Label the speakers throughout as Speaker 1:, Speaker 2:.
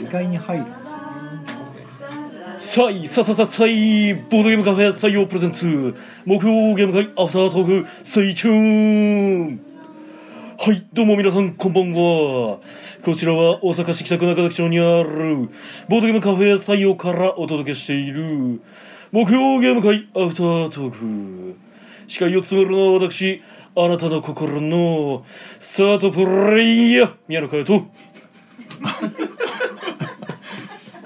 Speaker 1: 意外に入るんですね
Speaker 2: さいささささいボードゲームカフェ採用プレゼンツ目標ゲーム会アフタートークセイチューンはいどうも皆さんこんばんはこちらは大阪市北区中崎町にあるボードゲームカフェ採用からお届けしている目標ゲーム会アフタートーク司会を務めるのは私あなたの心のスタートプレイヤー宮野佳代と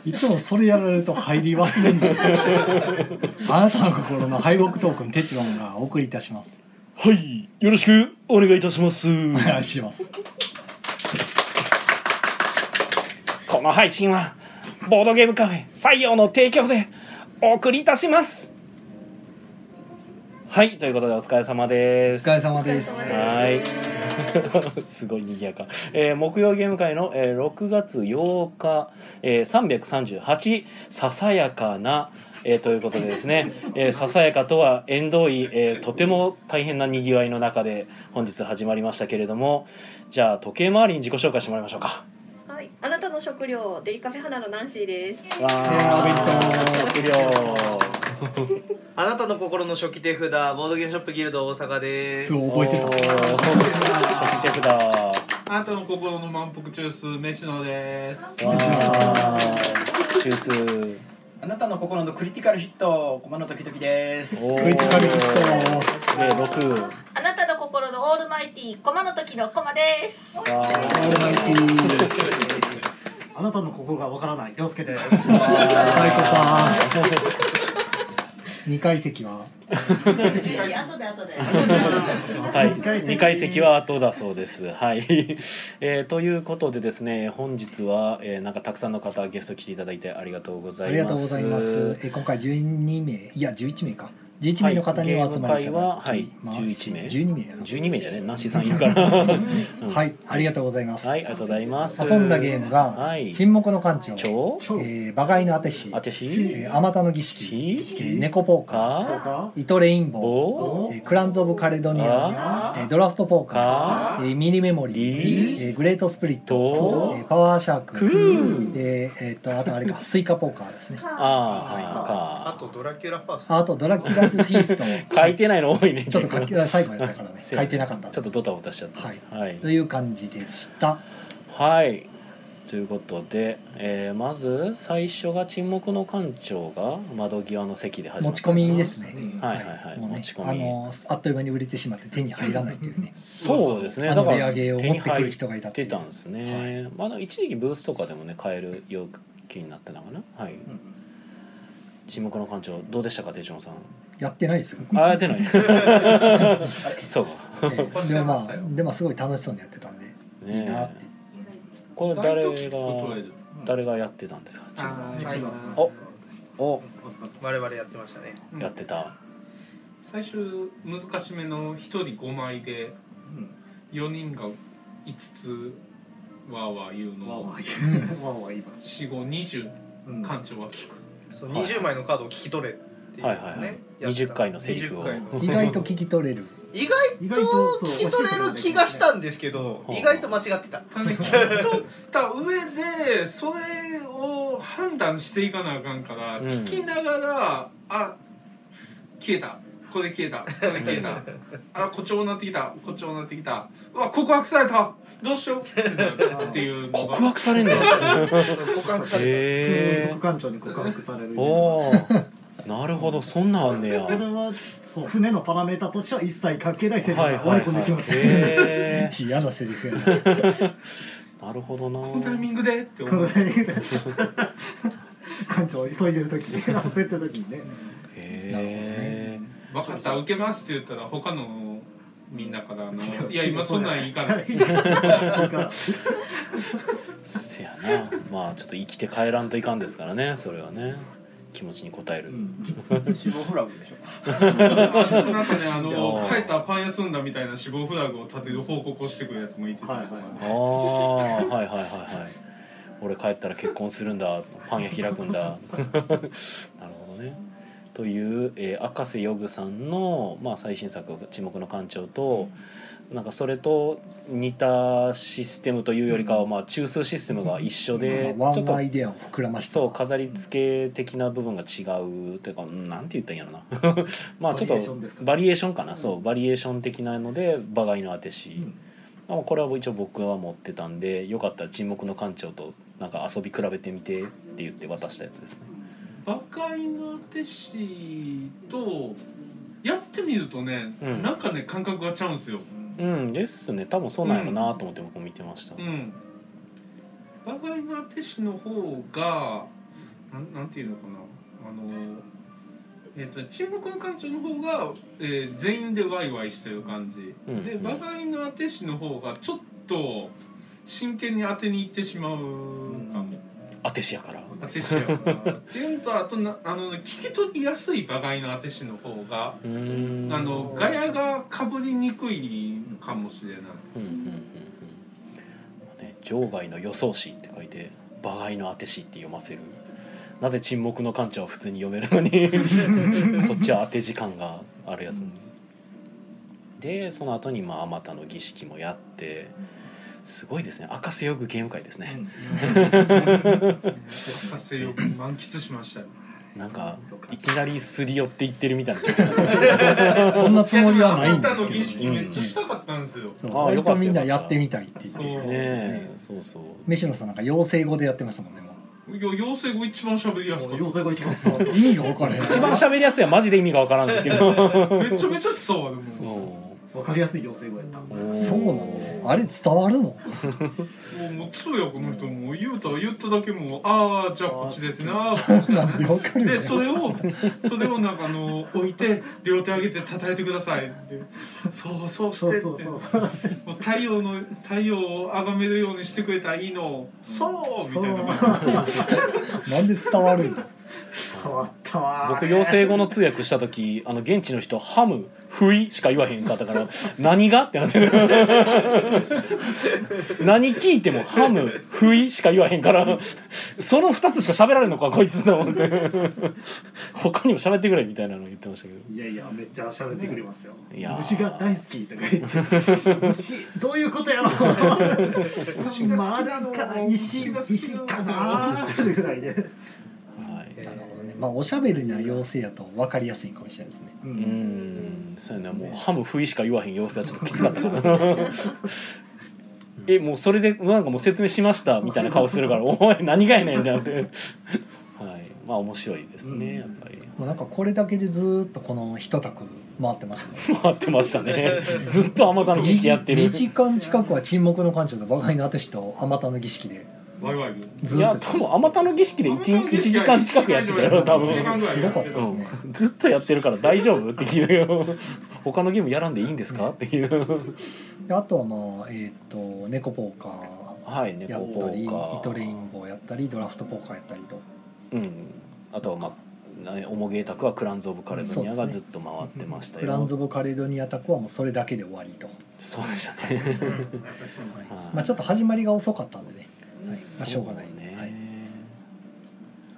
Speaker 1: いつもそれやられると入り忘れん のあなたの心の敗北トークンテチロンがお送りいたします
Speaker 2: はいよろしくお願いいたします
Speaker 1: お願いします
Speaker 2: この配信はボードゲームカフェ採用の提供でお送りいたしますはいということでお疲れ様で
Speaker 1: お
Speaker 2: す
Speaker 1: 疲れ様です
Speaker 3: お疲れ様です
Speaker 2: はいすごい 賑やか、えー木曜ゲーム会の、えー6月8日、えー338ささやかな、えーということでです ね、えーささやかとは縁遠い、えーとても大変なにぎわいの中で本日始まりましたけれどもじゃあ時計回りに自己紹介してもらいましょうか。
Speaker 3: はい、あなたの食料デリカフェ花のナンシーです。
Speaker 2: わ
Speaker 1: ーお弁
Speaker 4: あなたの心の初期手札ボードゲームショップギルド大阪です
Speaker 1: そう覚えてた
Speaker 2: 初期手札わ
Speaker 5: あなたの心の満腹中枢飯野です。
Speaker 2: ー中枢
Speaker 6: あなたの心のクリティカルヒット、駒の時々です。
Speaker 2: おー
Speaker 1: クリティカルヒッ
Speaker 2: で六わ
Speaker 7: あなたの心のオールマイティー、コマの時のコマです。
Speaker 1: ト
Speaker 2: ー
Speaker 8: あなたの心がわからない洋介です。
Speaker 1: サイコパス2階席は
Speaker 3: 後で後で。
Speaker 2: はい、2階席は後だそうです。はい、えーということでですね本日は、えーなんかたくさんの方ゲスト来ていただいてありがとうござ
Speaker 1: あ
Speaker 2: いま
Speaker 1: り
Speaker 2: す。
Speaker 1: がとうございますえ今回12名いや11名か11名の方にお集まりいただ
Speaker 2: は
Speaker 1: き
Speaker 2: いゲーム
Speaker 1: ま
Speaker 2: 会ははい
Speaker 1: して、
Speaker 2: 11
Speaker 1: 12名やな
Speaker 2: 12名じゃねナンシーさんいるか ら。うん
Speaker 1: はいありがとうございます、
Speaker 2: はい、ありがとうございます。
Speaker 1: 遊んだゲームが「
Speaker 2: はい
Speaker 1: 沈黙の艦長」
Speaker 2: 超
Speaker 1: えー「馬外のあてし」
Speaker 2: あてし
Speaker 1: えーあまたの儀式」
Speaker 2: し
Speaker 1: えー猫ポーカ
Speaker 2: か
Speaker 8: 他
Speaker 1: ー」「糸レインボ
Speaker 2: ぼ
Speaker 1: ー」えークランズ・オブ・カレドニア」
Speaker 2: あ
Speaker 1: えードラフトポーカ
Speaker 2: か
Speaker 1: ー」えーミニメモリ
Speaker 2: り
Speaker 1: ー」えーグレート・スプリット
Speaker 2: と」
Speaker 1: えーパワーシャー
Speaker 2: く
Speaker 1: ク」
Speaker 2: ー
Speaker 1: えーえーっとあとあれ か「スイカポーカー」ですね
Speaker 2: あ
Speaker 4: あ
Speaker 2: ーか
Speaker 4: とドラキュラファースト
Speaker 1: あと「ドラキュラズ・フィー スト」
Speaker 2: 書いてないの多いね
Speaker 1: ちょっ と書き最後やったからね
Speaker 2: せ
Speaker 1: 書
Speaker 2: や
Speaker 1: いてなかった
Speaker 2: ちょっとドタバタしちゃった
Speaker 1: はい
Speaker 2: はい、
Speaker 1: という感じでした
Speaker 2: はいということで、えーまず最初が沈黙の館長が窓際の席で始ま
Speaker 1: 持
Speaker 2: った
Speaker 1: ち
Speaker 2: か
Speaker 1: 込
Speaker 2: な
Speaker 1: みですね
Speaker 2: はいはいはい、
Speaker 1: もう
Speaker 2: 持
Speaker 1: ね
Speaker 2: ち込
Speaker 1: あ
Speaker 2: み、
Speaker 1: のあっという間に売れてしまって手に入らないというね
Speaker 2: そうですね
Speaker 1: あ
Speaker 2: だ
Speaker 1: の
Speaker 2: か
Speaker 1: レ
Speaker 2: ら
Speaker 1: アゲーを
Speaker 2: 手
Speaker 1: 持
Speaker 2: に
Speaker 1: ってく
Speaker 2: 入
Speaker 1: る
Speaker 2: っ
Speaker 1: 人がいたってい
Speaker 2: て
Speaker 1: う
Speaker 2: たんですね、まああの一時期ブースとかでもね買える容器になってたのかなはい、沈黙の館長どうでしたか手順さん
Speaker 1: やってないですよ、
Speaker 2: あやってないそうか
Speaker 1: ええ
Speaker 5: し
Speaker 1: で
Speaker 5: て
Speaker 1: も
Speaker 5: ま
Speaker 1: ま
Speaker 5: した
Speaker 1: あ
Speaker 5: よ
Speaker 1: でもすごい楽しそうにやってたんでいいなっ
Speaker 2: ね
Speaker 1: て
Speaker 2: えこれ誰
Speaker 5: 意外と聞く
Speaker 2: が
Speaker 5: 取れる
Speaker 2: 誰がやってたんですか
Speaker 5: あー
Speaker 2: おを
Speaker 4: 我々やってましたね
Speaker 5: うん
Speaker 2: やってた
Speaker 5: 最初難しめの一人五枚で四人が五つわーわー言う
Speaker 8: わ
Speaker 5: のを
Speaker 8: わ言うわわ言います。
Speaker 5: 四五二十
Speaker 8: うん
Speaker 5: 館長が聞く。
Speaker 4: そう
Speaker 2: はい
Speaker 4: 20枚のカードを聞き取れっていうのをね
Speaker 2: はいはいはい
Speaker 4: やって
Speaker 2: 20
Speaker 4: た
Speaker 2: 回のセリフを
Speaker 4: 20回の
Speaker 1: 意外と聞き取れる
Speaker 4: 意外
Speaker 8: 意そ
Speaker 4: と
Speaker 8: う
Speaker 4: 聞き取れる気がしたんですけど
Speaker 2: うん
Speaker 4: 意外と間違ってた
Speaker 5: ただね聞き取った上でそれを判断していかなあかんから、
Speaker 2: うん
Speaker 5: 聞きながらあ消えたこれ消えたこれ消え たあ誇張なってきた誇張なってきたうわ告白されたどうしようっていうの
Speaker 2: 告
Speaker 5: が
Speaker 2: 白されんだよ
Speaker 4: そう告白さ
Speaker 8: 急
Speaker 4: れ
Speaker 8: に
Speaker 2: へ
Speaker 8: 副艦長に告白される
Speaker 2: え
Speaker 8: みたいな。
Speaker 2: おおなるほどそんなんあんねや
Speaker 8: それはそう船のパラメータとしては一切関係ない成分
Speaker 2: はい
Speaker 8: が
Speaker 2: はい
Speaker 8: 割り込ん
Speaker 2: は
Speaker 8: で
Speaker 2: い
Speaker 8: きます。
Speaker 2: へ
Speaker 1: 嫌なセリフやな
Speaker 2: ーなるほどな
Speaker 5: このタイミングでって
Speaker 8: こ
Speaker 5: 思
Speaker 8: の
Speaker 5: う
Speaker 8: タイ ミングで艦長急いでる時に焦ってる時に ね。
Speaker 2: へ
Speaker 5: 分かった受けますって言ったら他のみんなからあの
Speaker 8: 違う
Speaker 5: いや
Speaker 8: 違う
Speaker 5: 今そんなんいいから
Speaker 8: いいから
Speaker 2: えせやなまあちょっと生きて帰らんといかんですからねそれはね気持ちに応える、
Speaker 6: 死亡フラグでしょ。
Speaker 5: なんかね あの
Speaker 2: あー
Speaker 5: 帰ったらパン屋すんだみたいな死亡フラグを立てる報告をしてくるやつもいてたりとか
Speaker 8: はいはい
Speaker 2: ああはいはいはいはい 俺帰ったら結婚するんだパン屋開くんだなるほどねという、えー、赤瀬ヨグさんの、まあ、最新作「沈黙の艦長と」なんかそれと似たシステムというよりかは、まあ、中枢システムが一緒で、
Speaker 1: まあワ
Speaker 2: ちょっ
Speaker 1: ン
Speaker 2: と
Speaker 1: アイデアを膨らました
Speaker 2: そう飾り付け的な部分が違うというかうんなんて言ったらいいんやろなまあちょっ
Speaker 8: バリエーションです
Speaker 2: と
Speaker 8: か
Speaker 2: バリエーションかな、そうバリエーション的なので「場外の当てし」まあ、これは一応僕は持ってたんでよかったら「沈黙の艦長」となんか遊び比べてみてって言って渡したやつですね
Speaker 5: 馬鹿の弟子とやってみるとね、
Speaker 2: うん
Speaker 5: なんかね感覚がちゃうんですよ。
Speaker 2: うんですね多分そうなんやろなと思って僕見てました、
Speaker 5: うん。馬鹿の弟子の方がなんなんていうのかなあのえっ、と沈黙の館長の方が、えー全員でワイワイしてる感じ。
Speaker 2: うん
Speaker 5: で
Speaker 2: うん
Speaker 5: 馬鹿の当て師の方がちょっと真剣に当てに行ってしまうかも。
Speaker 2: 当てしやから
Speaker 5: 当て師やから。っていうのとあとなあの聞き取りやすい馬鹿の当て師の方が。
Speaker 2: うーん
Speaker 5: あのガヤがかぶりにくいかもしれない。
Speaker 2: うんうんうんうんね場外の予想詞って書いて場外の当て詞って読ませるなぜ沈黙の艦長は普通に読めるの にこっちは当て時間があるやつにでその後にまあ数多の儀式もやってすごいですね赤瀬よぐゲーム会ですね、
Speaker 5: 活性欲満喫しましたよ。
Speaker 2: なんかいきなりすり寄っていってるみたいな状況
Speaker 1: そんなつもりはないんで
Speaker 5: あなたの儀
Speaker 1: すけ
Speaker 5: 式
Speaker 1: どね
Speaker 5: めっちゃしたかったんですよ。
Speaker 1: そう
Speaker 2: ああよ
Speaker 1: 割
Speaker 2: かった
Speaker 1: とみんなやってみたいって言って
Speaker 5: そう
Speaker 2: ねえそうそう
Speaker 1: 飯野さんなんか養成語でやってましたもんねも
Speaker 5: いや養成語一番喋りやすかっ
Speaker 8: 妖精が一番伝わった
Speaker 1: う意味が分からへん
Speaker 2: 一番喋りやすいはマジで意味がわからんですけ ど
Speaker 5: た。めちゃめちゃ伝わるもん。
Speaker 2: そう
Speaker 5: も
Speaker 8: わかりやすい妖精語やった
Speaker 1: そうなのあれ伝わるの
Speaker 5: うもうつぶやこの人もう言うた言っただけもうああじゃあこっちですねああこっちで
Speaker 1: な
Speaker 5: す
Speaker 1: んで
Speaker 5: ね。
Speaker 1: 分かる
Speaker 5: で
Speaker 1: の
Speaker 5: それをそれをなんかあの置いて両手上げて叩いてくださいってそうそうし
Speaker 8: そ
Speaker 5: て
Speaker 8: う
Speaker 5: って
Speaker 8: そうそう
Speaker 5: もう太陽の太陽を崇めるようにしてくれたらいいのそうみたいな感じ
Speaker 1: なんで伝わるの
Speaker 8: 伝わったわ
Speaker 2: 僕養成語の通訳した時あの現地の人「ハム」「不意」しか言わへんかっ たから「何が?」ってなってる何聞いても「ハム」「不意」しか言わへんからその2つしか喋られるのかこいつと思って他にも喋ってくれみたいなの言ってましたけど
Speaker 8: いやいやめっちゃ喋ってくれますよ、
Speaker 2: いやー
Speaker 8: 虫が大好きとか言って虫どういうこと やろ虫
Speaker 5: が好きなの
Speaker 8: 石
Speaker 5: 虫が好き
Speaker 8: 石
Speaker 5: なの
Speaker 8: かなーぐらいで
Speaker 2: はい
Speaker 1: まあおしゃべりな妖精やと分かりやすいかもしれないですね
Speaker 8: う
Speaker 2: うー
Speaker 8: ん
Speaker 2: んそうやなもう「ハム」「不意」しか言わへん様子はちょっとき つかったなえもうそれでなんかもう説明しましたみたいな顔 するから「お前何がやねん」ってなってはいまあ面白いですねやっぱり。
Speaker 1: もうなんかこれだけでずーっとこの一択回ってましたね
Speaker 2: 回ってましたねずっ とあまたの儀式やってる
Speaker 1: 2時間近くは沈黙の館長と馬鹿になってしとあまたの儀式で
Speaker 5: ワイワイ
Speaker 1: ず
Speaker 2: い
Speaker 1: ー
Speaker 2: や
Speaker 1: っと
Speaker 2: 多分あまたの儀式で 1, 一時間近くやってたよ多分、
Speaker 1: すごかったですね
Speaker 2: うんずっとやってるから大丈夫って聞くよ 他のゲームやらんでいいんですかっていう
Speaker 1: であとはまあえっ、と猫ポーカー
Speaker 2: はいね
Speaker 1: や
Speaker 2: ポ
Speaker 1: っ
Speaker 2: ーポ
Speaker 1: たりイ
Speaker 2: ーカ
Speaker 1: ト
Speaker 2: ー
Speaker 1: レインボーやったりドラフトポーカーやったりと
Speaker 2: うんあとはまあなおもげ宅はクランズ・オブ・カレドニアがずっと回ってました
Speaker 1: フラ
Speaker 2: よ
Speaker 1: ンズ・オブ・カレドニアタクはもうそれだけで終わりと、
Speaker 2: そうでしたねはい
Speaker 1: まあ、ちょっと始まりが遅かったんでね
Speaker 2: まあ
Speaker 1: しょうがない
Speaker 2: ね、
Speaker 1: はい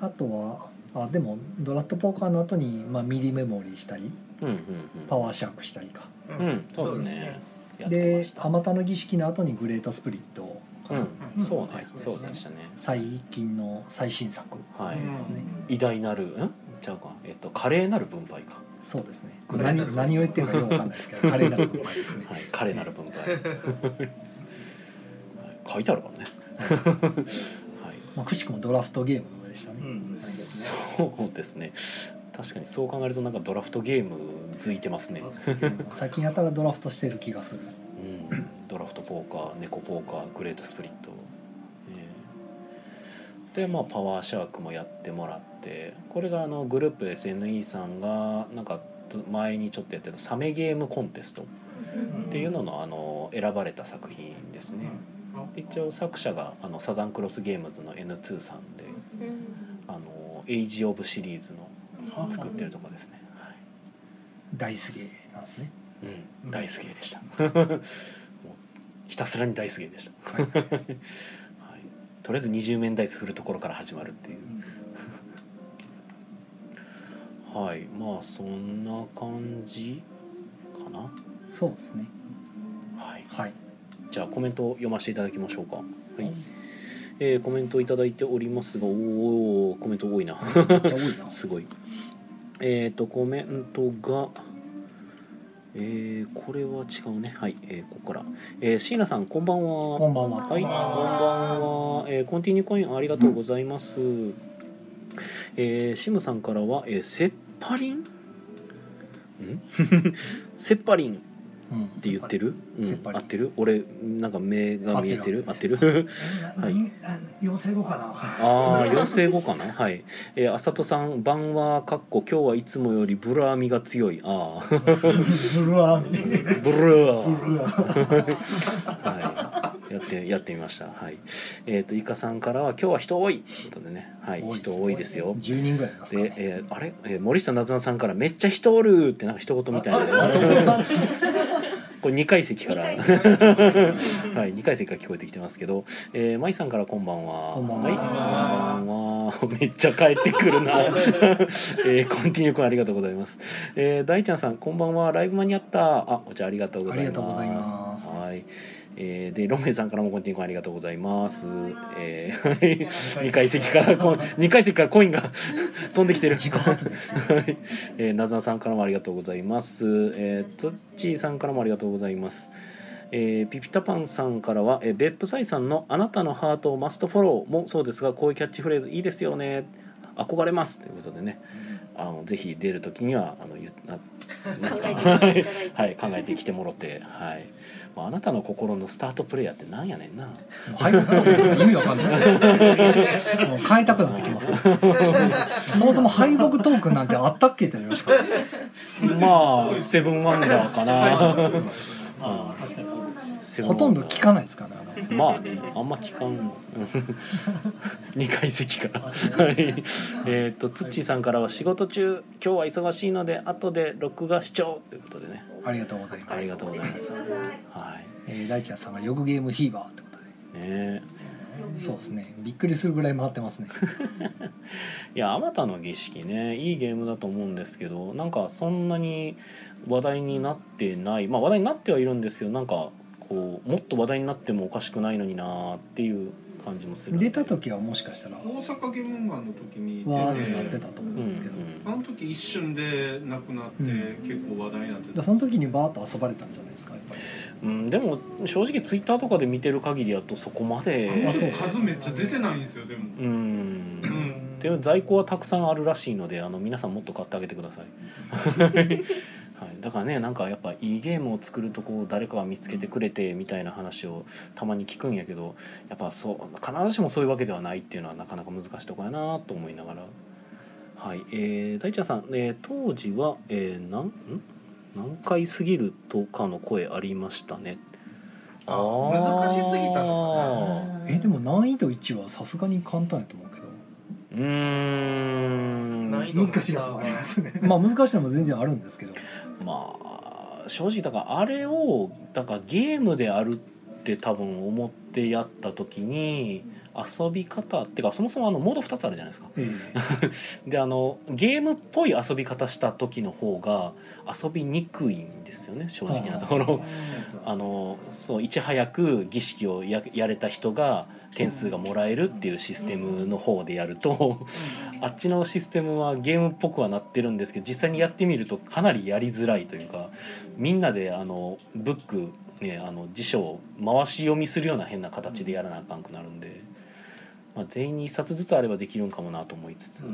Speaker 1: あとはあでもドラフトポーカーの後にまあミリメモリーしたり
Speaker 2: うんうん
Speaker 1: パワーシャークしたりか
Speaker 2: うんうんそうですねやってま
Speaker 1: で
Speaker 2: した
Speaker 1: あまたの儀式の後にグレートスプリット
Speaker 2: うんそう
Speaker 1: は
Speaker 2: ね
Speaker 1: い
Speaker 2: そうでしたね
Speaker 1: 最近の最新作
Speaker 2: はい、
Speaker 1: ですね、
Speaker 2: 偉大なるんちゃうかえっと華麗なる分配か
Speaker 1: そうですね
Speaker 8: グレートスプリット
Speaker 1: 何何を言ってるかよくわかんないですけ ど華麗なる分配ですね
Speaker 2: はい華麗なる分 配はい書いてあるからね はい
Speaker 1: まあくしくもドラフトゲームでしたね、
Speaker 8: うん
Speaker 2: そうですね確かにそう考えるとなんかドラフトゲーム付いてますね、
Speaker 1: うん最近やたらドラフトしてる気がする
Speaker 2: うん、ドラフトポーカー猫ポーカーグレートスプリット、えーでまあパワーシャークもやってもらってこれがあのグループ SNE さんがなんか前にちょっとやってたサメゲームコンテストっていうののあの選ばれた作品ですね、一応作者があのサザンクロスゲームズの N2 さんであのエイジ・オブシリーズの作ってるとこですね、はい
Speaker 1: 大すげーなんですね
Speaker 2: うん、大好きでした。 もうひたすらに大好きでした。はい、とりあえず二十面ダイス振るところから始まるっていう。はいまあそんな感じかな
Speaker 1: そうですね
Speaker 2: はい
Speaker 1: はい
Speaker 2: じゃあコメントを読ませていただきましょうか。はい。えーコメントをいただいておりますが、おおコメント多いな。
Speaker 1: めっちゃ多いな
Speaker 2: すごい。えっ、とコメントが。えーこれは違うね。はい、えーここから。えー、椎名さん、こんばんは。
Speaker 1: こんばんは
Speaker 2: はい、こんばんは。えーコンティニューコインありがとうございます。えーシムさんからは、えーセッパリン。ん セッパリン
Speaker 1: うん
Speaker 2: って言ってる。う
Speaker 1: セッ
Speaker 2: ん、
Speaker 1: パリン
Speaker 2: 合ってる。俺、なんか目が見えてる。合
Speaker 1: 合
Speaker 2: っ
Speaker 1: ってて
Speaker 2: る。 はい
Speaker 8: 何あ妖精語かな
Speaker 2: ああ、養成後かな。はい。えー、あさとさん、晩はかっこ、今日はいつもよりブラーみが強い。ああ、
Speaker 8: ブルワーみたいな
Speaker 2: ブラ
Speaker 8: ブ
Speaker 2: ー。
Speaker 8: ルワー
Speaker 2: はい。やって、やってみました。はい。えっ、と、いかさんからは、今日は人多い。ということでね。はい、
Speaker 1: 多いです
Speaker 2: 人多いですよ。
Speaker 1: 10人ぐらいいますか
Speaker 2: で
Speaker 1: ね、
Speaker 2: えーあれ、えー森下なずなさんから、めっちゃ人おるって、なんか一言みたいな。これ二階席から。
Speaker 3: 二
Speaker 2: はい、二階席から聞こえてきてますけど、えー、まいさんからこんばんは。
Speaker 1: こんばんは
Speaker 2: はい、こんばんは。 めっちゃ帰ってくるな。え ー、コンティニュー君ありがとうございます。えー、大ちゃんさん、こんばんは。ライブ間に合った。あ、お茶ありがとうございます。
Speaker 1: ありがとうございます
Speaker 2: はい。えー、で、ロンメイさんからもコンティニュー君ありがとうございます。えー、はい、二階席からこ、二階席からコイン が飛んできてる。
Speaker 1: 自己発電してる
Speaker 2: はい、えー、なずなさんからもありがとうございます。えー、つっちーさんからもありがとうございます。えー、ピピタパンさんからは、えー、別府サイさんの「あなたのハートをマストフォロー」もそうですがこういうキャッチフレーズいいですよね憧れますということでねあのぜひ出る時にはあのゆ ななんていうか
Speaker 3: 考えていただいて
Speaker 2: はい、考えてきてもろて、はいまあ、あなたの心のスタートプレイヤーってなんやねんな。
Speaker 1: はい、意味わかんないです。もう変えたくなってきます。そもそも敗北トークンなんてあったっけってなりましたからね。
Speaker 2: まあセブンワンダーかな。
Speaker 8: あー確かに
Speaker 2: セブン ワ
Speaker 1: ほと
Speaker 2: ンダー
Speaker 1: んど聞かないですからね。あの
Speaker 2: まあね、あんま聞かん。うん 二階席から。はい。えっと、つっちーさんからは仕事中、今日は忙しいので、後で録画視聴ということでね。
Speaker 1: ありがとうござい
Speaker 2: あ
Speaker 1: ま
Speaker 2: り
Speaker 1: す。
Speaker 2: がとうございます。は
Speaker 1: えー、大ちゃんさんがヨグゲームフィーバーってこと
Speaker 2: い。ねえ
Speaker 1: で。そうですね。びっくりするぐらい回ってますね。
Speaker 2: いや、あまたの儀式ね、いいゲームだと思うんですけど、なんかそんなに話題になってない。まあ、話題になってはいるんですけど、なんか。こうもっと話題になってもおかしくないのになーっていう感じもするんで
Speaker 1: 出た時はもしかしたら。わ
Speaker 5: 大阪ゲームマンの時に
Speaker 1: ーっ
Speaker 5: 出
Speaker 1: てなって
Speaker 5: て
Speaker 1: たと思
Speaker 2: う
Speaker 1: うん
Speaker 2: ん、う
Speaker 1: ですけど。だ
Speaker 2: ん
Speaker 5: あの時一瞬でなくなって
Speaker 1: う
Speaker 5: 結構話題になって
Speaker 1: から
Speaker 5: た
Speaker 1: その時にバーッと遊ばれたんじゃないですか。やっぱり。
Speaker 2: うん、でも正直ツイッターとかで見てる限りやとそこまで
Speaker 5: あ
Speaker 1: そう
Speaker 5: の数めっちゃ出てないんですよでも
Speaker 2: うん
Speaker 5: うん
Speaker 2: でも在庫はたくさんあるらしいのであの皆さんもっと買ってあげてください、 はい、だからねなんかやっぱいいゲームを作るとこを誰かが見つけてくれてみたいな話をたまに聞くんやけどやっぱそう必ずしもそういうわけではないっていうのはなかなか難しいとこやなと思いながらはいえー、大ちゃんさん、えー当時は、えー、なんん何回過ぎるとかの声ありましたね
Speaker 5: あ難しすぎたの
Speaker 2: あー
Speaker 1: えー、でも難易度1はさすがに簡単やと思うけど。
Speaker 2: うーん
Speaker 4: 難易度
Speaker 8: 難しいやつもありますね
Speaker 1: まあ難しいのも全然あるんですけど。
Speaker 2: まあ正直だからあれをだからゲームであるって多分思ってやった時に遊び方ってかそもそもあのモード2つあるじゃないですか
Speaker 1: えー
Speaker 2: であのゲームっぽい遊び方した時の方が遊びにくいんですよね正直なところあのそういち早く儀式をややれた人が点数がもらえるっていうシステムの方でやるとあっちのシステムはゲームっぽくはなってるんですけど実際にやってみるとかなりやりづらいというかみんなであのブック、ね、あの辞書を回し読みするような変な形でやらなあかんくなるんで、まあ、全員に1冊ずつあればできるんかもなと思いつつ。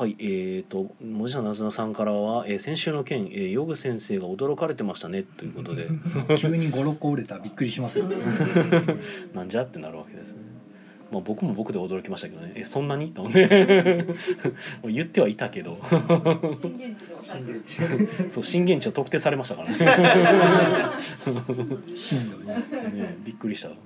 Speaker 2: はい、えー、と森下なずなさんからは、えー先週の件、えー、ヨグ先生が驚かれてましたねということで
Speaker 1: 急に5、6個売れたらびっくりし ますよね。
Speaker 2: なんじゃってなるわけですね。まあ、僕も僕で驚きましたけどねえそんなにと思って言ってはいたけどそう震源地を特定されましたからね
Speaker 1: 震度2。
Speaker 2: ねびっくりした。はい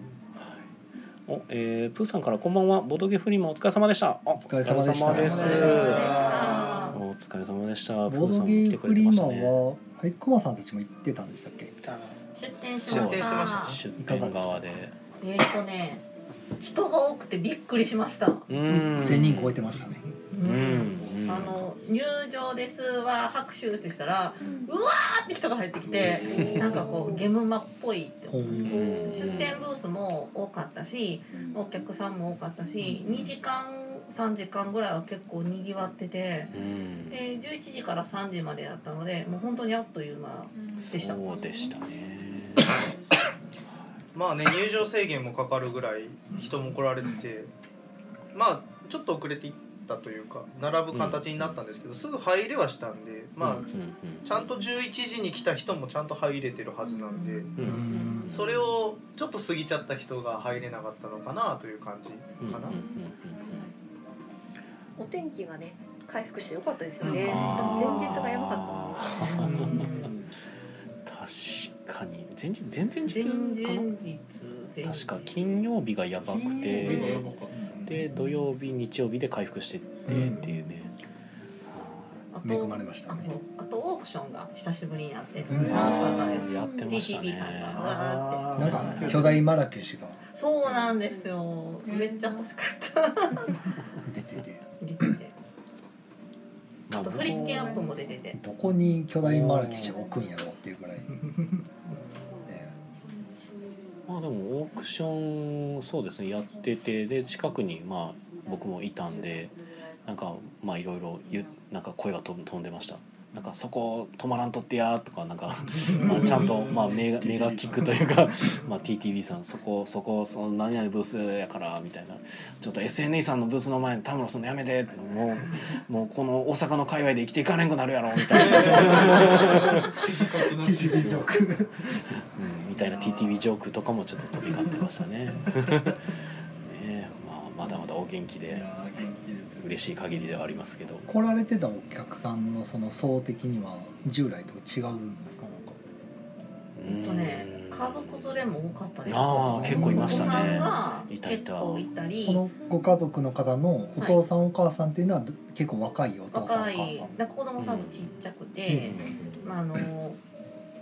Speaker 2: おえー、プーさんからこんばんはボドゲフリマお疲れ様でしたあお
Speaker 1: 疲れ様でした
Speaker 2: 疲れ様で
Speaker 1: お
Speaker 2: す
Speaker 1: 疲れ
Speaker 2: お疲れ様でしたプ
Speaker 1: ボ
Speaker 2: ー
Speaker 1: ー
Speaker 2: さ
Speaker 1: ド
Speaker 2: ん
Speaker 1: ゲ
Speaker 2: も来て
Speaker 1: ー
Speaker 2: く
Speaker 1: フ
Speaker 2: れて
Speaker 1: リ
Speaker 2: ま
Speaker 1: ー
Speaker 2: した
Speaker 1: マ
Speaker 2: ね
Speaker 1: はえコマさんたちも行ってたんでしたっけ？
Speaker 9: 出店しま
Speaker 4: 出店しま
Speaker 9: し
Speaker 2: 出店側で
Speaker 9: たえっ、とね人が多くてびっくりしました
Speaker 2: うん
Speaker 1: 1000人超えてましたね。
Speaker 2: うんうん
Speaker 9: あの入場ですは拍手してしたら
Speaker 3: うん
Speaker 9: うわーって人が入ってきてなんかこうゲムマっぽいって思うんですよ
Speaker 2: うん
Speaker 9: 出店ブースも多かったしお客さんも多かったし2時間3時間ぐらいは結構にぎわってて
Speaker 2: うん
Speaker 9: で11時から3時までだったのでもう本当にあっという間でした
Speaker 2: そうでしたね
Speaker 4: まあね入場制限もかかるぐらい人も来られててまあちょっと遅れていったというか並ぶ形になったんですけどすぐ入れはしたんでま
Speaker 2: う
Speaker 4: あ
Speaker 2: ん
Speaker 4: ちゃんと11時に来た人もちゃんと入れてるはずなんで
Speaker 2: うんうん
Speaker 4: それをちょっと過ぎちゃった人が入れなかったのかなという感じ
Speaker 2: うん
Speaker 4: かな
Speaker 2: うんうん
Speaker 3: お天気がね回復してよかったですよね
Speaker 5: う
Speaker 3: 前
Speaker 5: ん
Speaker 2: あー
Speaker 3: 日がやばか
Speaker 2: 確かに前日前々日
Speaker 9: 前
Speaker 2: か
Speaker 9: 々日
Speaker 2: な
Speaker 9: 前日
Speaker 2: 確か金曜日がやばくてで 土曜日日曜日で回復してってっていうね、
Speaker 9: あ
Speaker 1: 恵
Speaker 9: と
Speaker 1: まれました
Speaker 9: あ
Speaker 1: ね。
Speaker 9: とあとオークションが久しぶりにやって楽
Speaker 1: ん
Speaker 9: しかったです
Speaker 2: やってました
Speaker 9: TTB さんが
Speaker 2: ね
Speaker 9: わーって
Speaker 1: なんか巨大マラケシュが
Speaker 9: そうなんですよめっちゃ欲しかった
Speaker 1: 出てて、
Speaker 9: 出てて
Speaker 2: ま
Speaker 9: あとフリッケンアップも出てて
Speaker 1: どこに巨大マラケシュ置くんやろうっていうぐらい。ね
Speaker 2: まあでもオークションそうですねやっててで近くにまあ僕もいたんでなんかまあいろいろ言うなんか声が飛ん飛んでました。なんかそこ止まらんとってやとかなんかまあちゃんとまあ目が目が利くというか まあ TTV さんそこそこその何々ブースやからみたいなちょっと SNE さんのブースの前に田村そのやめてってもうもうこの大阪の界隈で生きていかれんくなるやろみたいな
Speaker 8: ティジジョーク
Speaker 2: うん、みたいな TTV ジョークとかもちょっと飛び交ってましたね。 ねまあ、まだまだお元気で嬉しい限りではありますけど
Speaker 1: 来られてたお客さんのその層的には従来と違うんですかなんか。
Speaker 2: う
Speaker 9: ほん
Speaker 2: ん
Speaker 9: とね家族連れも多かったです
Speaker 2: あー
Speaker 1: 結構いましたね
Speaker 9: お子さんが
Speaker 2: いたいた
Speaker 9: 結構いたり
Speaker 1: そのご家族の方のお父さんお母さんっていうのは結構若いお父さんお母さん。
Speaker 9: 若いなんか子供さんもちっちゃくて、まあ、あの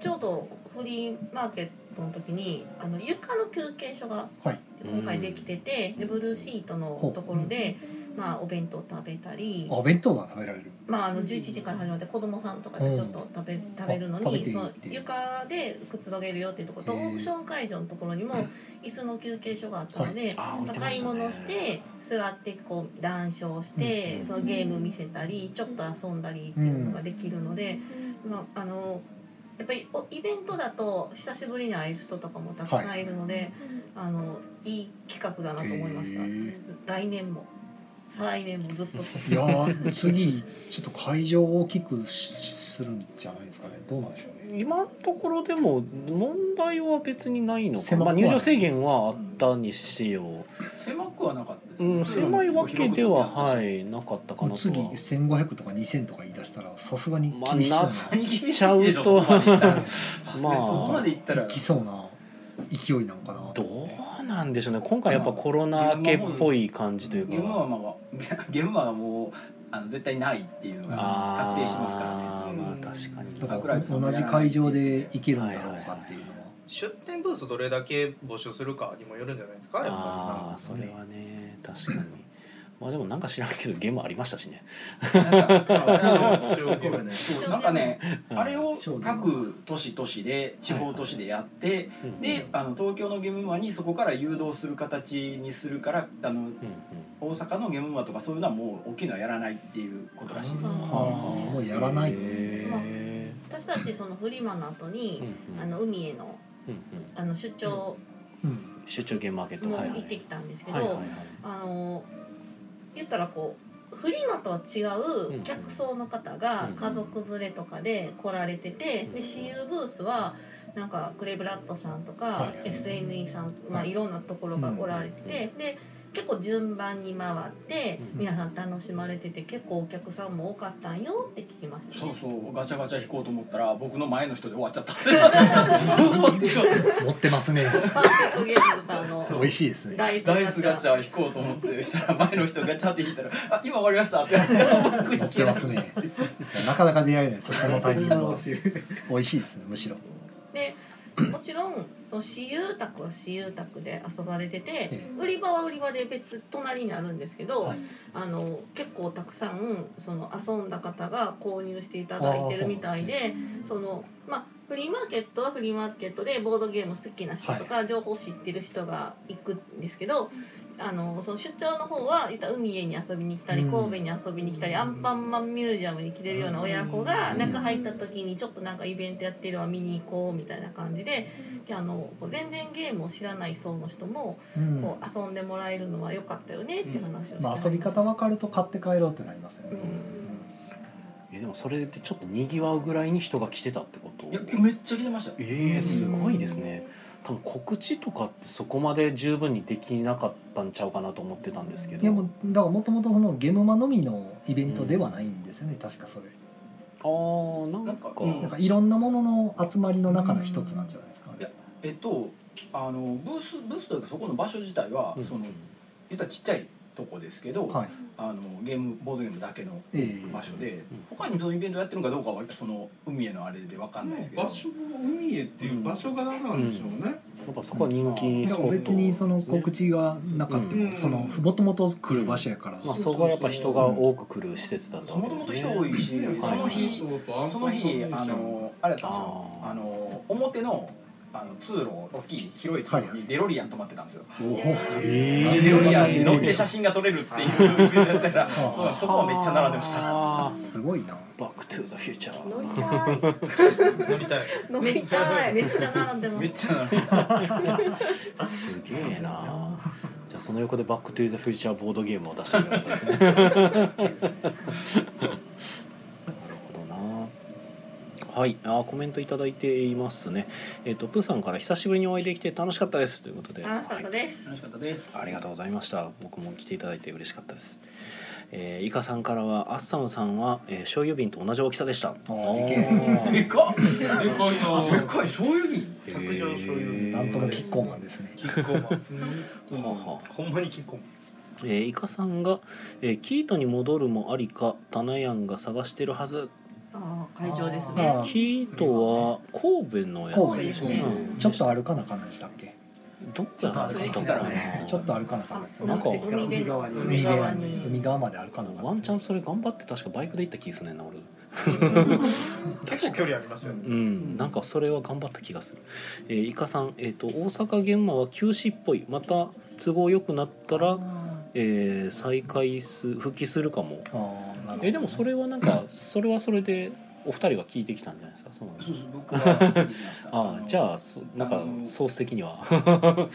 Speaker 9: ちょうどフリーマーケットの時にあの床の休憩所が
Speaker 1: はい
Speaker 9: 今回できてて、でブルーシートのところで、まあ、お弁当食べたり
Speaker 1: あ、お弁当が食べられる。
Speaker 9: まあ、あの11時から始まって子供さんとかでちょっと食べ,、食べるの
Speaker 1: あ食べ
Speaker 9: に
Speaker 1: ていい
Speaker 9: そ
Speaker 1: っ
Speaker 9: の
Speaker 1: ていう
Speaker 9: 床でくつろげるよっていうところと
Speaker 1: へ
Speaker 9: オ
Speaker 1: ー
Speaker 9: ークション会場のところにも椅子の休憩所があったので。
Speaker 2: あ置いてま
Speaker 9: 買い
Speaker 2: したね
Speaker 9: 物して座ってこう談笑して、
Speaker 2: うん
Speaker 9: そのゲーム見せたりちょっと遊んだりっていうのができるので、まあ、あのやっぱりおイベントだと久しぶりに会える人とかもたくさんいるので、い、あのいい企画だなと思いました
Speaker 1: へー
Speaker 9: 来年も再来年もずっと
Speaker 1: いやー次ちょっと会場を大きくしするんじゃないですかね。どうなんでしょうね。
Speaker 2: 今のところでも問題は別にないのか、
Speaker 1: 狭く
Speaker 2: ま
Speaker 1: は
Speaker 2: あ、
Speaker 1: ない
Speaker 2: 入場制限はあったにしよ
Speaker 6: 狭くはなかったです
Speaker 2: う、
Speaker 6: ね
Speaker 2: うん、狭いわけでははいいなかったかなと
Speaker 1: 次
Speaker 2: は。
Speaker 1: 1500とか2000とか言い出したらさすがに厳しそう
Speaker 2: まあ
Speaker 1: な
Speaker 2: な
Speaker 6: 何気にし
Speaker 2: ちゃうと
Speaker 6: まあそ
Speaker 2: まあ
Speaker 6: こまでいったら
Speaker 1: 行きそうな勢いなのかなと。
Speaker 2: どうなんでしょうね今回やっぱコロナ明けっぽい感じという
Speaker 6: ゲームは
Speaker 2: か。
Speaker 6: まあゲームはもうあの絶対ないっていうのが
Speaker 2: あー
Speaker 6: 確定しますからね
Speaker 2: まあ確かに
Speaker 1: だから同じ会場で行けるんだろうかっていうのは。
Speaker 4: 出店ブースどれだけ募集するかにもよるんじゃないですかやっぱり
Speaker 2: ああそれはね確 かにまあでもなんか知らんけどゲームありましたしね
Speaker 6: なんか
Speaker 4: あそうそういう
Speaker 6: そうなんかねあれを
Speaker 1: そう
Speaker 6: 各都市都市で地方都市でやって
Speaker 2: うん
Speaker 6: であの東京のゲームマにそこから誘導する形にするからあの
Speaker 2: うんうん
Speaker 6: 大阪のゲームマとかそういうのはもう大きいのはやらないっていうことらしいです。
Speaker 1: あーもうやらないんですね。
Speaker 2: へ
Speaker 9: 私たちそのフリマの後
Speaker 2: ーう
Speaker 9: に、
Speaker 2: んうん
Speaker 9: あの海への
Speaker 2: うんうん
Speaker 9: あの出張
Speaker 1: うん。
Speaker 2: 出張ゲームマーケット
Speaker 9: も
Speaker 2: はいは
Speaker 9: 行
Speaker 2: い
Speaker 9: ってきたんですけど、
Speaker 2: はいはいはい
Speaker 9: あの言ったらこうフリマとは違う客層の方が
Speaker 2: うん
Speaker 9: 家族連れとかで来られてて、
Speaker 2: うん
Speaker 9: で CU ブースはなんかグレイブラッドさんとか、
Speaker 1: は
Speaker 9: SNE さん、まあ、いろんなところが来られてて、で結構順番に回って
Speaker 2: うん
Speaker 9: 皆さん楽しまれてて結構お客さんも多かったんよって聞きました
Speaker 6: そう
Speaker 9: ね。
Speaker 6: そうガチャガチャ引こうと思ったら僕の前の人で終わっちゃったんですよ。終わってしまった
Speaker 1: 持ってますね。
Speaker 9: パーフェクトゲームズさんの
Speaker 1: 美味しいですね。
Speaker 9: ダイス
Speaker 6: ダイスガ
Speaker 9: ガ
Speaker 6: チ
Speaker 9: チャ
Speaker 6: ャ引こうと思ってしたら前の人ガチャって引いたら「あ今終わりました」って言われて僕
Speaker 1: 持
Speaker 6: 行
Speaker 1: って
Speaker 6: け
Speaker 1: ま
Speaker 6: な
Speaker 1: す
Speaker 6: くて
Speaker 1: ね。なかなか出会えないです。そのタイミングは
Speaker 8: 面白い
Speaker 1: 美味しいですね。むしろ。
Speaker 9: でもちろんその私有宅は私有宅で遊ばれてて
Speaker 1: え
Speaker 9: 売り場は売り場で別隣にあるんですけど、
Speaker 1: はい
Speaker 9: あの結構たくさんその遊んだ方が購入していただいてるみたいでそのまあフリーマーケットはフリーマーケットでボードゲーム好きな人とか、情報知ってる人が行くんですけどあのその出張の方は言ったら海へに遊びに来たり
Speaker 1: うん
Speaker 9: 神戸に遊びに来たり、アンパンマンミュージアムに来てるような親子が中入った時にちょっとなんかイベントやってるわ見に行こうみたいな感じであのこう全然ゲームを知らない層の人も
Speaker 1: うん
Speaker 9: こう遊んでもらえるのは良かったよねっていう話をして
Speaker 1: まあ、遊び方分かると買って帰ろうってなりますよ
Speaker 9: う
Speaker 1: ね、
Speaker 9: ん
Speaker 2: えでもそれでちょっとにぎわうぐらいに人が来てたってこと
Speaker 6: いや今日めっちゃ来てましたよ
Speaker 2: ええすごいですね多分告知とかってそこまで十分にできなかったんちゃうかなと思ってたんですけ
Speaker 1: いやも
Speaker 2: ど
Speaker 1: うだからもともとそのゲノマのみのイベントではないんですよね、確かそれ
Speaker 2: あーなんか
Speaker 6: なんかうん
Speaker 1: なんかいろんなものの集まりの中の一つなんじゃないですか、
Speaker 6: いやえっとあのブースブースというかそこの場所自体は、
Speaker 2: うん
Speaker 6: その言ったらちっちゃいとこですけど、
Speaker 1: はい
Speaker 6: あのゲームボードゲームだけの
Speaker 1: ええ
Speaker 6: 場所で、
Speaker 2: うん
Speaker 6: 他にそのイベントやってるのかどうかはその海へのあれでわかんないですけど
Speaker 5: 場所も海へっていう場所柄なんでしょうね。
Speaker 2: やっぱそこは人気ス
Speaker 1: だか
Speaker 2: ポ
Speaker 1: ら
Speaker 2: ッ
Speaker 1: 別
Speaker 2: ト
Speaker 1: にその
Speaker 2: ですね
Speaker 1: 告知がなかった、
Speaker 5: うん
Speaker 1: そのもともと来る場所やから、
Speaker 2: まあそこはやっぱ人が多く来る施設だったわけ
Speaker 6: もと
Speaker 2: で
Speaker 6: も
Speaker 2: す
Speaker 6: と
Speaker 2: ね
Speaker 6: 人多いし、
Speaker 5: うん
Speaker 6: その日その日あ、のあれだったんですよ
Speaker 2: あー
Speaker 6: あの表のあの通路大きい広い通路にデロリアン止まってたんですよ、
Speaker 2: え
Speaker 6: でデロリアンに乗って写真が撮れるっていうイベントやったらそうそこはめっちゃ並んでました
Speaker 2: あー
Speaker 1: すごいな
Speaker 2: バックトゥザフューチャ
Speaker 3: 乗
Speaker 2: ー
Speaker 3: りたい
Speaker 4: 乗りたい
Speaker 3: 乗
Speaker 9: め
Speaker 3: り
Speaker 9: っち ゃ
Speaker 3: たい
Speaker 9: めっちゃ並んでま
Speaker 6: めっ
Speaker 9: す。
Speaker 6: ちゃ並んです
Speaker 2: げえな じゃあその横でバックトゥザフューチャーボードゲームを出してみようなる ほどなはい、あーコメントいただいていますね。えっ、とプーさんから久しぶりにお会いできて楽しかったですということで、
Speaker 9: 楽しかったです。
Speaker 6: 楽しかったです
Speaker 2: ありがとうございました。僕も来ていただいて嬉しかったです。えー、イカさんからはアッサムさんは、えー、醤油瓶と同じ大きさでした。
Speaker 6: でかっ
Speaker 5: でかい
Speaker 6: で
Speaker 5: な。
Speaker 6: かい醤油瓶
Speaker 4: 削除醤油瓶
Speaker 1: なんとかキッコーマンですね
Speaker 4: キッコーマンうん
Speaker 2: はは
Speaker 4: ほんまにキッコーマン
Speaker 2: えー、イカさんが、えーキートに戻るもありかタナヤンが探してるはず
Speaker 9: ああ会場です
Speaker 1: あー
Speaker 9: ね。
Speaker 2: キートは神戸のや
Speaker 1: 神
Speaker 9: 戸ですね
Speaker 2: うん
Speaker 1: ちょっと歩かなあかんないでしたっけ
Speaker 2: どこやった
Speaker 6: ち
Speaker 2: か
Speaker 6: ょっと歩いてから
Speaker 2: な
Speaker 6: ね
Speaker 1: ちょっと歩かなあかんないですよ
Speaker 2: なんか
Speaker 1: 海
Speaker 9: 海辺の
Speaker 1: 海
Speaker 9: 海側
Speaker 1: 側
Speaker 9: に
Speaker 1: に海側まで歩かなあかん
Speaker 2: ワンチャン
Speaker 1: ス
Speaker 2: それ頑張って確かバイクで行った気がするねんな俺
Speaker 4: 結構距離ありますよね
Speaker 2: うん、なんかそれは頑張った気がする。えー、イカさん、えっ、と大阪現場は休止っぽい。また都合良くなったら、えー再開す復帰するかも。
Speaker 1: あーなるほど
Speaker 2: えーでもそれはなんかそれはそれでお二人が聞いてきたんじゃないですか。そうなんです
Speaker 6: そうそう僕は見てきました
Speaker 2: ああ、じゃあそなんか
Speaker 6: あの
Speaker 2: ソース的には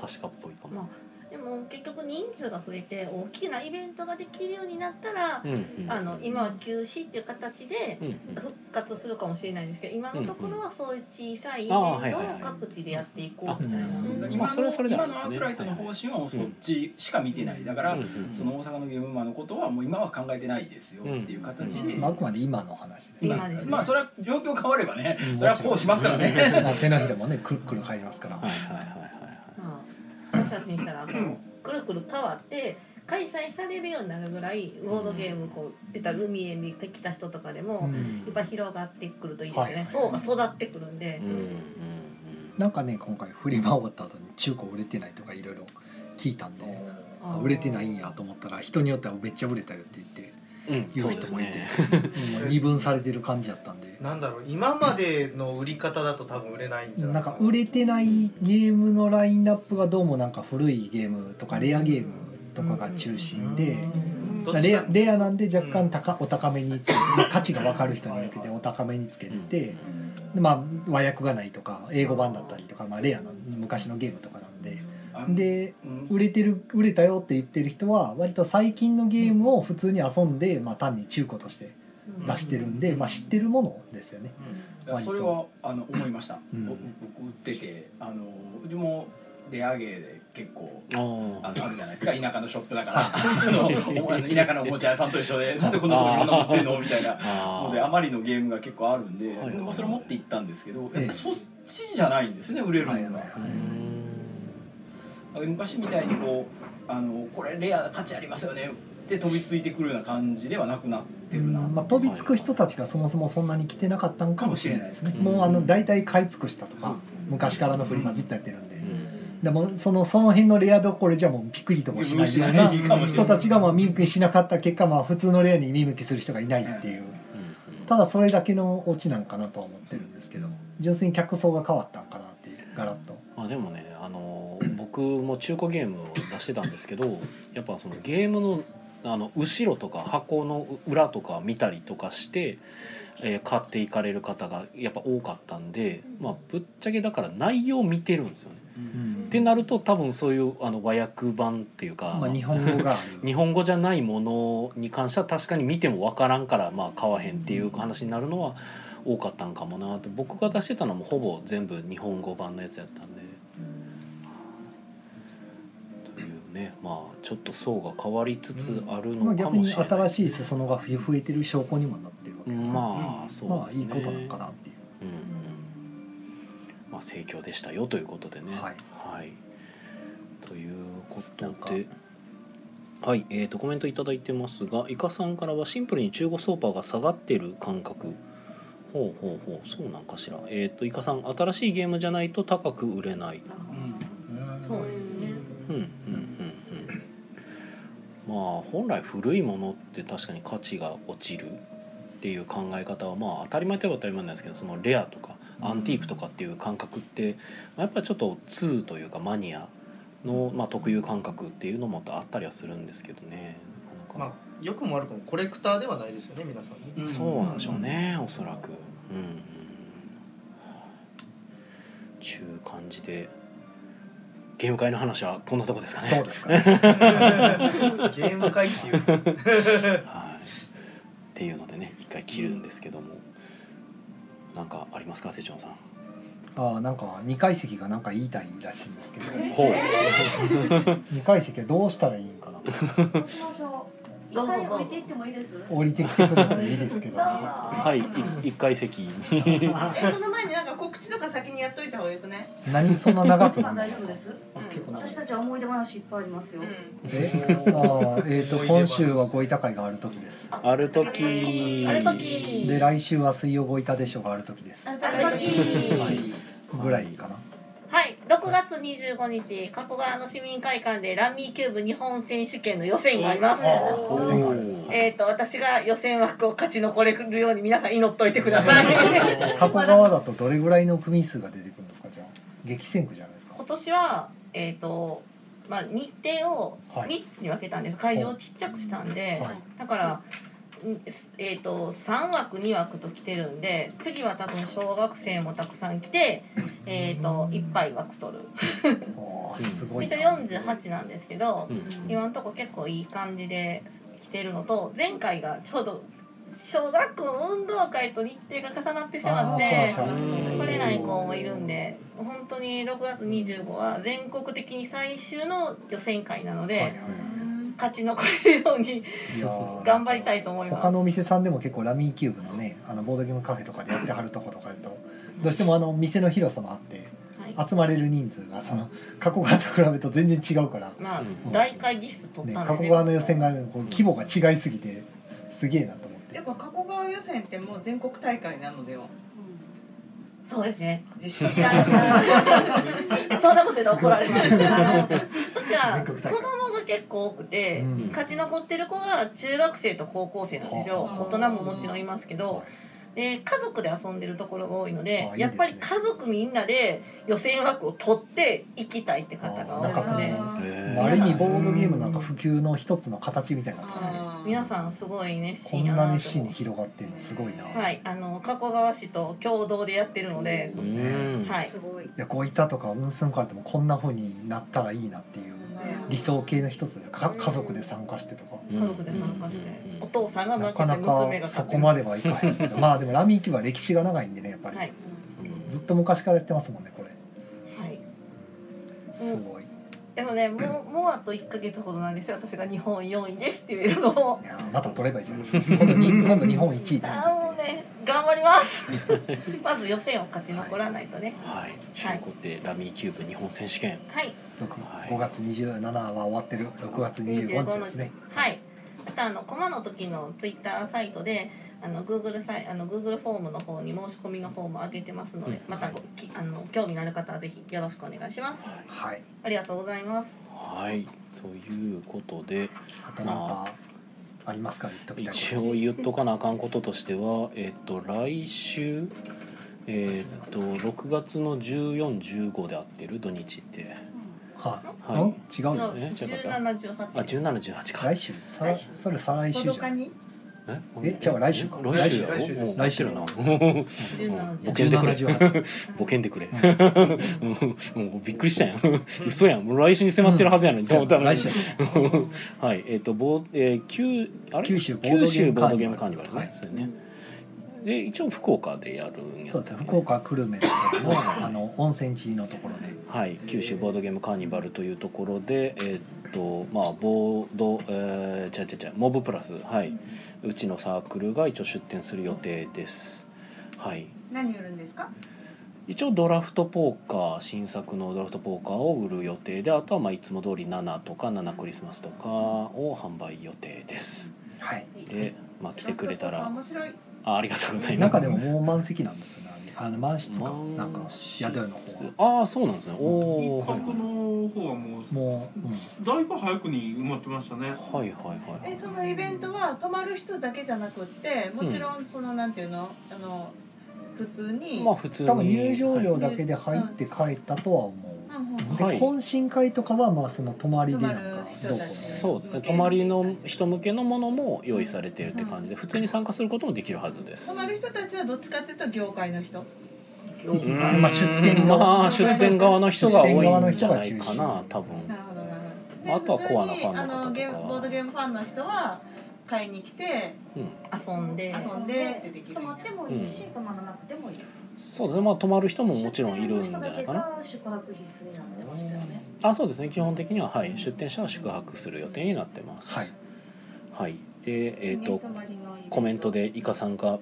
Speaker 2: 確かっぽいかも。
Speaker 9: まあでも結局人数が増えて大きなイベントができるようになったら
Speaker 2: う、んうん。
Speaker 9: あの今は休止っていう形で
Speaker 2: うんうん。
Speaker 9: 復活するかもしれないんですけど、今のところはそういう小さいイベン
Speaker 2: あ
Speaker 9: ト
Speaker 2: あ
Speaker 9: を
Speaker 2: はいはいはい
Speaker 9: 各地でやっていこうみたいな。
Speaker 2: あ
Speaker 6: 今
Speaker 2: まあそれはそれであるん
Speaker 6: 今
Speaker 2: で
Speaker 6: の
Speaker 2: す
Speaker 6: ア
Speaker 2: ね
Speaker 6: ークライトの方針はもうそっちしか見てないだから、
Speaker 2: うんうん
Speaker 6: その大阪のゲームマンのことはもう今は考えてないですよっていう形で、
Speaker 1: まああくまで今の話です
Speaker 9: 今ですね
Speaker 6: まあそれは状況変わればね、
Speaker 1: うん
Speaker 6: それはこうしますからね、
Speaker 1: まあ手のひらもねくるくる入りますから
Speaker 2: はいはいはいはいはい。
Speaker 9: まあ私たちにしたらこうくるくる変わって開催されるようになるぐらいボードゲームこう言ったら海へに来た人とかでも。
Speaker 1: うん
Speaker 9: やっぱ広がってくるといいですね、
Speaker 1: はい
Speaker 9: 層が育ってくるんで
Speaker 2: うん、うんうん。
Speaker 1: なんかね今回振り回った後に中古売れてないとかいろいろ聞いたんであ売れてないんやと思ったら人によってはめっちゃ売れたよって言って
Speaker 2: うん、
Speaker 1: 言
Speaker 2: そううで
Speaker 1: 人
Speaker 2: す
Speaker 1: もいて、
Speaker 2: ね。
Speaker 1: もう二分されてる感じやったん で
Speaker 4: なんだろう今までの売り方だと多分売れないんじゃな
Speaker 1: ないんか売れてないゲームのラインナップがどうもなんか古いゲームとかレアゲームとかが中心で、
Speaker 4: どっち
Speaker 1: レ
Speaker 4: か
Speaker 1: アレアなんで若干高、お高めにつけ て価値が分かる人に向けてお高めにつけてて、でまあ、和訳がないとか英語版だったりとか、まあ、レアな昔のゲームとかなんでで
Speaker 6: うん
Speaker 1: 売れてる売れたよって言ってる人は割と最近のゲームを普通に遊んで、まあ、単に中古として出してるんで、まあ、知ってるものですよね。
Speaker 6: いやそれはあの思いました、
Speaker 1: うん
Speaker 6: 僕僕売っててあのうちもレアゲーで結構
Speaker 2: あー
Speaker 6: あのあるじゃないですか田舎のショップだから あのおあの田舎のおもちゃ屋さんと一緒 でなんでこんなとこにいろんなの売ってんのみたいな
Speaker 2: あ
Speaker 6: のであ
Speaker 2: ー。
Speaker 6: まりのゲームが結構あるんで、
Speaker 2: はいはい
Speaker 6: まあそれ持って行ったんですけど、やっ
Speaker 1: ええ
Speaker 6: ぱそっちじゃないんですね売れるのが、
Speaker 1: はいはいはいう
Speaker 2: ーん
Speaker 6: 昔みたいにこうあのこれレア価値ありますよねって飛びついてくるような感じではなくなってるな、
Speaker 1: まあ、飛びつく人たちがそもそもそんなに来てなかったんかもしれないですね、
Speaker 2: かもしれない
Speaker 1: もうあの大体買い尽くしたとか、昔からのフリマずっとやってるんで、でもそのその辺のレアどころじゃもうピクリともしないような
Speaker 6: 見失いかもしれ
Speaker 1: 人
Speaker 6: ない
Speaker 1: たちがまあ見向きしなかった結果、まあ、普通のレアに見向きする人がいないっていう、ただそれだけのオチなんかなとは思ってるんですけど純粋に客層が変わったんかなっていうガラッと。
Speaker 2: まあ、でもねあの僕も中古ゲームを出してたんですけどやっぱそのゲームのあの後ろとか箱の裏とか見たりとかして、えー買っていかれる方がやっぱ多かったんで、まあ、ぶっちゃけだから内容見てるんですよね。ってなると多分そういうあの和訳版っていうか、
Speaker 1: ま
Speaker 2: あ
Speaker 1: あ、
Speaker 2: の
Speaker 1: 日本語がある
Speaker 2: 日本語じゃないものに関しては確かに見ても分からんからまあ買わへんっていう話になるのは多かったんかもなって僕が出してたのもほぼ全部日本語版のやつやったんで。というねまあちょっと層が変わりつつある
Speaker 1: まあ、
Speaker 2: のか
Speaker 1: 逆
Speaker 2: も
Speaker 1: に
Speaker 2: しれない
Speaker 1: 新。しい裾野が増えてる証拠にもなってるわけですね
Speaker 2: まあそう
Speaker 1: ま
Speaker 2: で
Speaker 1: あ
Speaker 2: す
Speaker 1: いい
Speaker 2: ね。
Speaker 1: ことなんかなっていう。
Speaker 2: うんうんまあ盛況でしたよということでね。
Speaker 1: はい
Speaker 2: はいということ
Speaker 1: なんか
Speaker 2: で。はい、えー、とコメントいただいてますがイカさんからはシンプルに中古相場が下がってる感覚ほうほうほうそうなんかしらえっ、とイカさん新しいゲームじゃないと高く売れない
Speaker 9: そうですね。
Speaker 2: うんうんうんうんまあ本来古いものって確かに価値が落ちるっていう考え方はまあ当たり前といえば当たり前なんですけどそのレアとかアンティークとかっていう感覚って、まあやっぱりちょっと2というかマニアの、まあ、特有感覚っていうのもあったりはするんですけどねなかな
Speaker 4: ま
Speaker 2: か、
Speaker 4: あよくも悪くもコレクターではないですよね皆さんね、
Speaker 6: うん
Speaker 2: そうなんでしょうねおそらくうんうんちゅう感じでゲーム会の話はこんなとこですかね
Speaker 1: そうですか、ね。
Speaker 4: ゲーム会っていう
Speaker 2: はい、っていうのでね一回切るんですけども、なんかありますか手帳さん
Speaker 1: ああなんか二階席がなんか言いたいらしいんですけど、
Speaker 2: ほう
Speaker 1: 二階席はどうしたらいいんかな。
Speaker 3: どうしましょう。一回置いていってもいいです。
Speaker 1: 降りてきてくればいいですけど。
Speaker 2: は
Speaker 3: はい
Speaker 2: いい一回席に
Speaker 10: えその前になんか告知とか先にやっといた方がよくない？
Speaker 1: 何そんな長く
Speaker 10: ま
Speaker 1: な
Speaker 10: あ
Speaker 1: んの
Speaker 10: 大丈夫です。
Speaker 1: 結構長い
Speaker 3: 私たちは思い出話いっぱいありますよ。
Speaker 10: う
Speaker 1: えああえっ、と今週はご板会がある時です。
Speaker 2: ある時
Speaker 9: ある時
Speaker 1: で来週は水曜ご板でしょうがある時です。
Speaker 9: ある時
Speaker 1: ぐらいかな。
Speaker 9: はい、6月25日、加古川の市民会館でラミーキューブ日本選手権の予選があります。
Speaker 1: ああ
Speaker 2: お
Speaker 9: えっ、と、私が予選枠を勝ち残れるように、皆さん祈っといてください。
Speaker 1: 加古川だとどれぐらいの組数が出てくるんですかじゃあ激戦区じゃないですか。
Speaker 9: 今年は、えっ、と、まあ、日程を
Speaker 1: はい
Speaker 9: 3つに分けたんです。会場をちっちゃくしたんで、
Speaker 1: はい
Speaker 9: だから。んえー、と3枠2枠と来てるんで次は多分小学生もたくさん来て、えー、といっぱい枠取る
Speaker 1: おーすごい
Speaker 9: 一
Speaker 1: な。
Speaker 9: 応48なんですけど、
Speaker 2: うん
Speaker 9: 今のとこ結構いい感じで来てるのと前回がちょうど小学校の運動会と日程が重なってしまっ
Speaker 1: あー
Speaker 9: て
Speaker 1: そうなんですね
Speaker 9: 来れない子もいるんで本当に6月25は全国的に最終の予選会なので、
Speaker 1: はいはい
Speaker 9: 勝ち残れるように
Speaker 1: いやー
Speaker 9: 頑張りたいと思います。
Speaker 1: 他のお店さんでも結構ラミーキューブのねあのボードゲームカフェとかでやってはるとことかだとどうしてもあの店の広さもあって
Speaker 9: はい
Speaker 1: 集まれる人数がその過去側と比べると全然違うから、
Speaker 9: まあ
Speaker 2: うん
Speaker 9: 大会議室取っ
Speaker 1: ね、
Speaker 9: たん
Speaker 1: 過
Speaker 9: で、
Speaker 1: 去側の予選がねこう規模が違いすぎてすげえなと思っ
Speaker 10: やってぱ加古川予選ってもう全国大会なのでは
Speaker 9: そうですね。
Speaker 10: 実 質。
Speaker 9: そんなこと言うと怒られます。 あのこっち
Speaker 1: 全
Speaker 9: は子
Speaker 1: 国
Speaker 9: 供
Speaker 1: 大会
Speaker 9: が結構多くて、
Speaker 1: うん
Speaker 9: 勝ち残ってる子が中学生と高校生なんですよ。
Speaker 1: はあ
Speaker 9: 大人ももちろんいますけど
Speaker 1: は、い
Speaker 9: で家族で遊んでるところが多いの
Speaker 1: あい
Speaker 9: で
Speaker 1: いですね
Speaker 9: やっぱり家族みんなで予選枠を取って行きたいって方が多いので、
Speaker 1: あ
Speaker 2: え
Speaker 1: あれにボードゲームなんか普及の一つの形みたいになってますね
Speaker 9: 皆さんすごい熱
Speaker 1: こ
Speaker 9: 心
Speaker 1: ん
Speaker 9: や
Speaker 1: な
Speaker 9: な
Speaker 1: 熱
Speaker 9: と
Speaker 1: 心
Speaker 9: 思
Speaker 1: に広がってるのすごいな、
Speaker 9: う。はい、あの加古川市と共同でやってるので
Speaker 2: う、ん
Speaker 9: はい、
Speaker 3: すごい。
Speaker 1: いやこういったとかうんすんからでもこんな風になったらいいなっていう理想系の一つでか家族で参加してとか
Speaker 9: 家族で参加して、
Speaker 2: うん
Speaker 9: お父さんが
Speaker 1: な
Speaker 9: 負
Speaker 1: か
Speaker 9: けて
Speaker 1: なか
Speaker 9: 娘が
Speaker 1: そ
Speaker 9: 勝って
Speaker 1: こまではいかへんけ どまあでもラミーキューは歴史が長いんでねやっぱり、
Speaker 9: はい、
Speaker 1: ずっと昔からやってますもんねこれ
Speaker 9: はい。
Speaker 1: すごい、い
Speaker 9: でもね、もう、もうあと一ヶ月ほどなんですよ。私が日本四位ですっていうのも。
Speaker 1: やまた取ればいいじゃないですか今度に今度日本一位です
Speaker 9: あーもうね、頑張ります。 まず予選を勝ち残らないとね。
Speaker 2: はい中古でラミーキューブ日本選手権
Speaker 9: はい、
Speaker 1: 六5月27は終わってる6月25日ですね
Speaker 9: はい。とあのコマの時のツイッターサイトであの Google サイあの Google フォームの方に申し込みの方も上げてますので、またきあの興味のある方はぜひよろしくお願いします。
Speaker 1: はい。
Speaker 9: ありがとうございます。
Speaker 2: はいということでま
Speaker 1: ありますか言っと
Speaker 2: きた一応言っとかなあかんこととしてはえっと来週えっと6月の1415で合ってる土日って
Speaker 1: はい
Speaker 2: はい
Speaker 1: 違うよ
Speaker 2: え違
Speaker 9: 十
Speaker 2: うかった
Speaker 9: 七十八。
Speaker 2: あ1718か
Speaker 1: 来週さらそれ再来週じゃん
Speaker 10: に。
Speaker 2: え
Speaker 1: えじゃあ来週か
Speaker 2: 来週だ
Speaker 1: 来
Speaker 2: ろ
Speaker 1: 週
Speaker 2: もう
Speaker 1: 来
Speaker 2: 来
Speaker 1: 週
Speaker 2: 週
Speaker 1: で
Speaker 2: だ
Speaker 1: す
Speaker 2: な
Speaker 1: 17
Speaker 2: ボケんでくれ
Speaker 1: 18
Speaker 2: ボケんでくれ うんもうびっくりしたやん 嘘やんもう来週に迫ってるはずやのにと思ったのに はいえっとボーえー九あれ
Speaker 1: 九州ボードゲーム
Speaker 2: 九州ボードゲームカーニバルねそうやねで一応福岡でやるんや
Speaker 1: そうですね福岡久留米のところのあの温泉地のところで
Speaker 2: はい、九州ボードゲームカーニバルというところで、えーっとまあ、ボード、えー、ちゃちゃちゃモブプラス、はいうちのサークルが一応出展する予定です。はい、
Speaker 10: 何売るんですか。
Speaker 2: 一応ドラフトポーカー新作のドラフトポーカーを売る予定であとはまあいつも通り7とか7クリスマスとかを販売予定です。
Speaker 1: はい、
Speaker 2: で、まあ、来てくれたら
Speaker 10: 面白い。
Speaker 2: あありがとうございます。
Speaker 1: 中でももう満席なんですよねあの満室かなんか宿屋の方は
Speaker 2: ああそうなんですね。おお、はい
Speaker 5: この方はもう
Speaker 1: も
Speaker 5: だいぶ早くに埋まってましたね。はい
Speaker 2: はいはい。
Speaker 10: えそのイベントは泊まる人だけじゃなくってもちろんその、なんていうのあの普通に。
Speaker 2: まあ普通に
Speaker 1: 多分入場料だけで入って帰ったとは思う、
Speaker 2: はい
Speaker 1: で懇親会とかはまあその泊まりでなんかどうこう
Speaker 2: そうですね泊まりの人向けのものも用意されてるって感じで普通に参加することもできるはずです
Speaker 10: 泊。まる人たちはどっちかっていうと業界の人。
Speaker 2: うん
Speaker 1: まあ出店側
Speaker 2: まあ出店側の人が多
Speaker 1: 出店側
Speaker 2: い
Speaker 1: の
Speaker 2: んじ
Speaker 1: 人
Speaker 2: ゃ
Speaker 1: が
Speaker 2: な
Speaker 1: 中
Speaker 2: い
Speaker 1: 心
Speaker 2: かな多分
Speaker 10: なるほどなるほど。
Speaker 2: あとはコアなファンの方とか
Speaker 10: あのゲームボードゲームファンの人は買いに来て
Speaker 9: 遊んで
Speaker 10: 遊んでってできる。
Speaker 11: 泊まってもいいし、泊まらなくてもいい。
Speaker 2: そうですねまあ泊まる人ももちろんいるんじゃないかな
Speaker 11: な。宿泊必須になってましたよね。
Speaker 2: あそうですね基本的にははい出店者は宿泊する予定になってますはい、でえっ、とコメントでイカさんが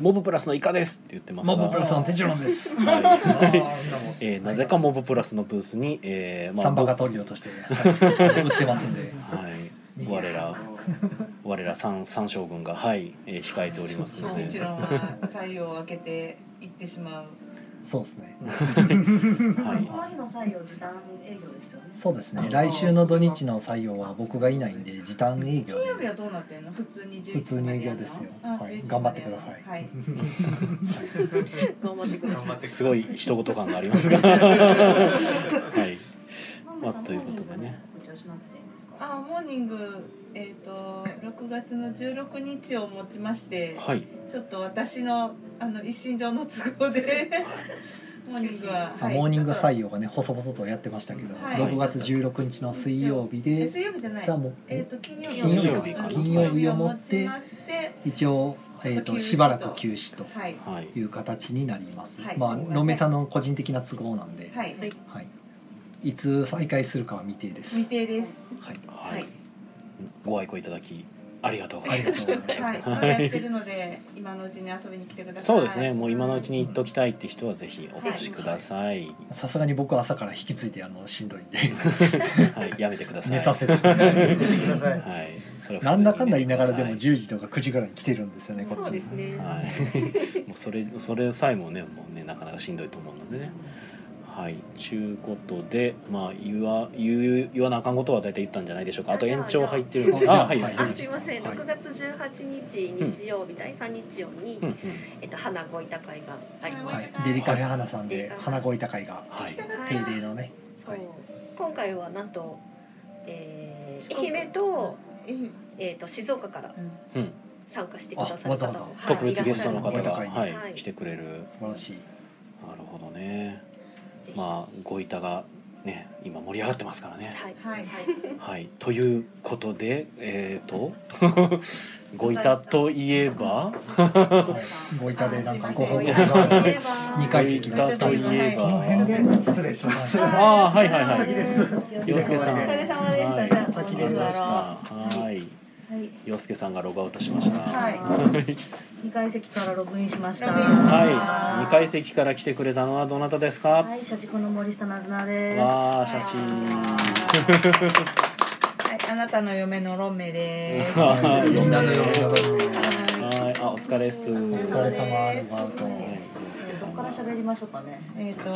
Speaker 2: モブプラスのイカですって言ってますが
Speaker 1: モブプラスのテチロンです
Speaker 2: はい、 えーなぜかモブプラスのブースに、えーまあ、
Speaker 1: サンバが
Speaker 2: 僕
Speaker 1: トリオとして、はい売ってますんで
Speaker 2: はい、我ら我ら三三将軍がはい、えー控えておりますので
Speaker 10: もちろんは採用を開けて行ってしまう。
Speaker 1: そうですね
Speaker 11: その日の採用時短営業ですよね。
Speaker 1: そうですね来週の土日の採用は僕がいないんで時短営業
Speaker 10: 金曜日はどうなってんの？普通に11
Speaker 1: 普通に営業ですよ、
Speaker 10: あ
Speaker 1: はい
Speaker 10: 11、
Speaker 1: 頑張ってください
Speaker 10: はい。
Speaker 3: 頑張ってください。
Speaker 2: すごい一言感がありますが はいまあということでね
Speaker 10: あモーニングえっ、と6月の16日をもちまして、
Speaker 2: はい
Speaker 10: ちょっと私のあの一身上の都合でモーニングは、
Speaker 1: あ
Speaker 10: はい
Speaker 1: モーニング
Speaker 10: ちょっ
Speaker 1: 採用がね細々とやってましたけど、
Speaker 10: はい
Speaker 1: 6月16日の水曜日
Speaker 10: とえ
Speaker 1: で
Speaker 10: 水曜日じゃない
Speaker 1: さあもう
Speaker 10: えっ、と金曜日
Speaker 1: 金曜日か金曜日をもって
Speaker 10: まして
Speaker 1: 一応、えー、
Speaker 10: ちょっ
Speaker 1: と
Speaker 10: と休止と
Speaker 1: しばらく休止と
Speaker 10: はい
Speaker 1: いう形になります、
Speaker 10: はい
Speaker 1: まあ
Speaker 10: すいません
Speaker 1: ロメさんの個人的な都合なんで、
Speaker 10: はい、
Speaker 1: はい、いつ再開するかは未定です
Speaker 10: 未定です
Speaker 1: はい、
Speaker 10: はい
Speaker 2: ご愛顧いただきありがとうございまし
Speaker 10: はい、
Speaker 2: た
Speaker 10: そうやってるので今のうちに遊びに来てください
Speaker 2: そうですねもう今のうちに行っときたいって人はぜひお越しください
Speaker 1: さすがに僕は朝から引き継いであのしんどいんで
Speaker 2: はいやめてください
Speaker 1: 寝させて
Speaker 2: はいそれは普通に
Speaker 1: なんだかんだ言いながらでも10時とか9時ぐらいに来てるんですよねこっち
Speaker 3: そうですね。
Speaker 2: はい、もうそれ それさえもねもうねなかなかしんどいと思うのでね。はい、ちゅうことで、まあ、言わ言う言わなあかんことは大体言ったんじゃないでしょうかあと延長入ってるのあはいはい
Speaker 3: あすいません。6月18日日曜日第3日曜に、
Speaker 2: うんうん
Speaker 3: えっと花子板会があります。
Speaker 1: デリカフェ花さんで花恋高いが
Speaker 2: はい
Speaker 1: 定例のね
Speaker 3: そう今回はなんと、えー愛媛とえっと静岡から
Speaker 2: うん
Speaker 3: 参加してく
Speaker 2: あ
Speaker 3: ださる方がはい
Speaker 2: 特別
Speaker 3: いら
Speaker 2: ゲ
Speaker 3: っし
Speaker 2: ス
Speaker 3: ゃ
Speaker 2: トの
Speaker 3: る
Speaker 2: 方
Speaker 3: で
Speaker 2: が、
Speaker 3: は
Speaker 2: はいい来てくれる
Speaker 1: 素晴らしい
Speaker 2: なるほどねまあご板がね今盛り上がってますからね
Speaker 3: はい
Speaker 10: はい
Speaker 2: はいということでえっ、と ご板といえば
Speaker 1: ご板でなんかご報告
Speaker 2: ご
Speaker 1: が
Speaker 2: 板
Speaker 1: 二階席
Speaker 2: ご板といえば
Speaker 1: この辺で失礼します
Speaker 2: ああはいはいはい。
Speaker 1: 先です
Speaker 2: 洋介さん。
Speaker 1: お疲れ
Speaker 10: 様でした
Speaker 2: はい
Speaker 10: じゃあ先です
Speaker 2: はい。洋介さんがログアウトしました。
Speaker 11: はい
Speaker 2: はい。
Speaker 11: 二階席からログインしました。
Speaker 2: はい。二階席から来てくれたのはどなたですか。
Speaker 11: はい、社畜の森下なずなです。
Speaker 2: わあ、シャチ。
Speaker 10: あなたの嫁のロンメ です。
Speaker 2: はい
Speaker 10: みんな
Speaker 2: の
Speaker 10: 嫁
Speaker 2: のはいあお疲れっすお疲
Speaker 10: れ様
Speaker 2: で
Speaker 10: そこから喋りましょうかね。えっ、と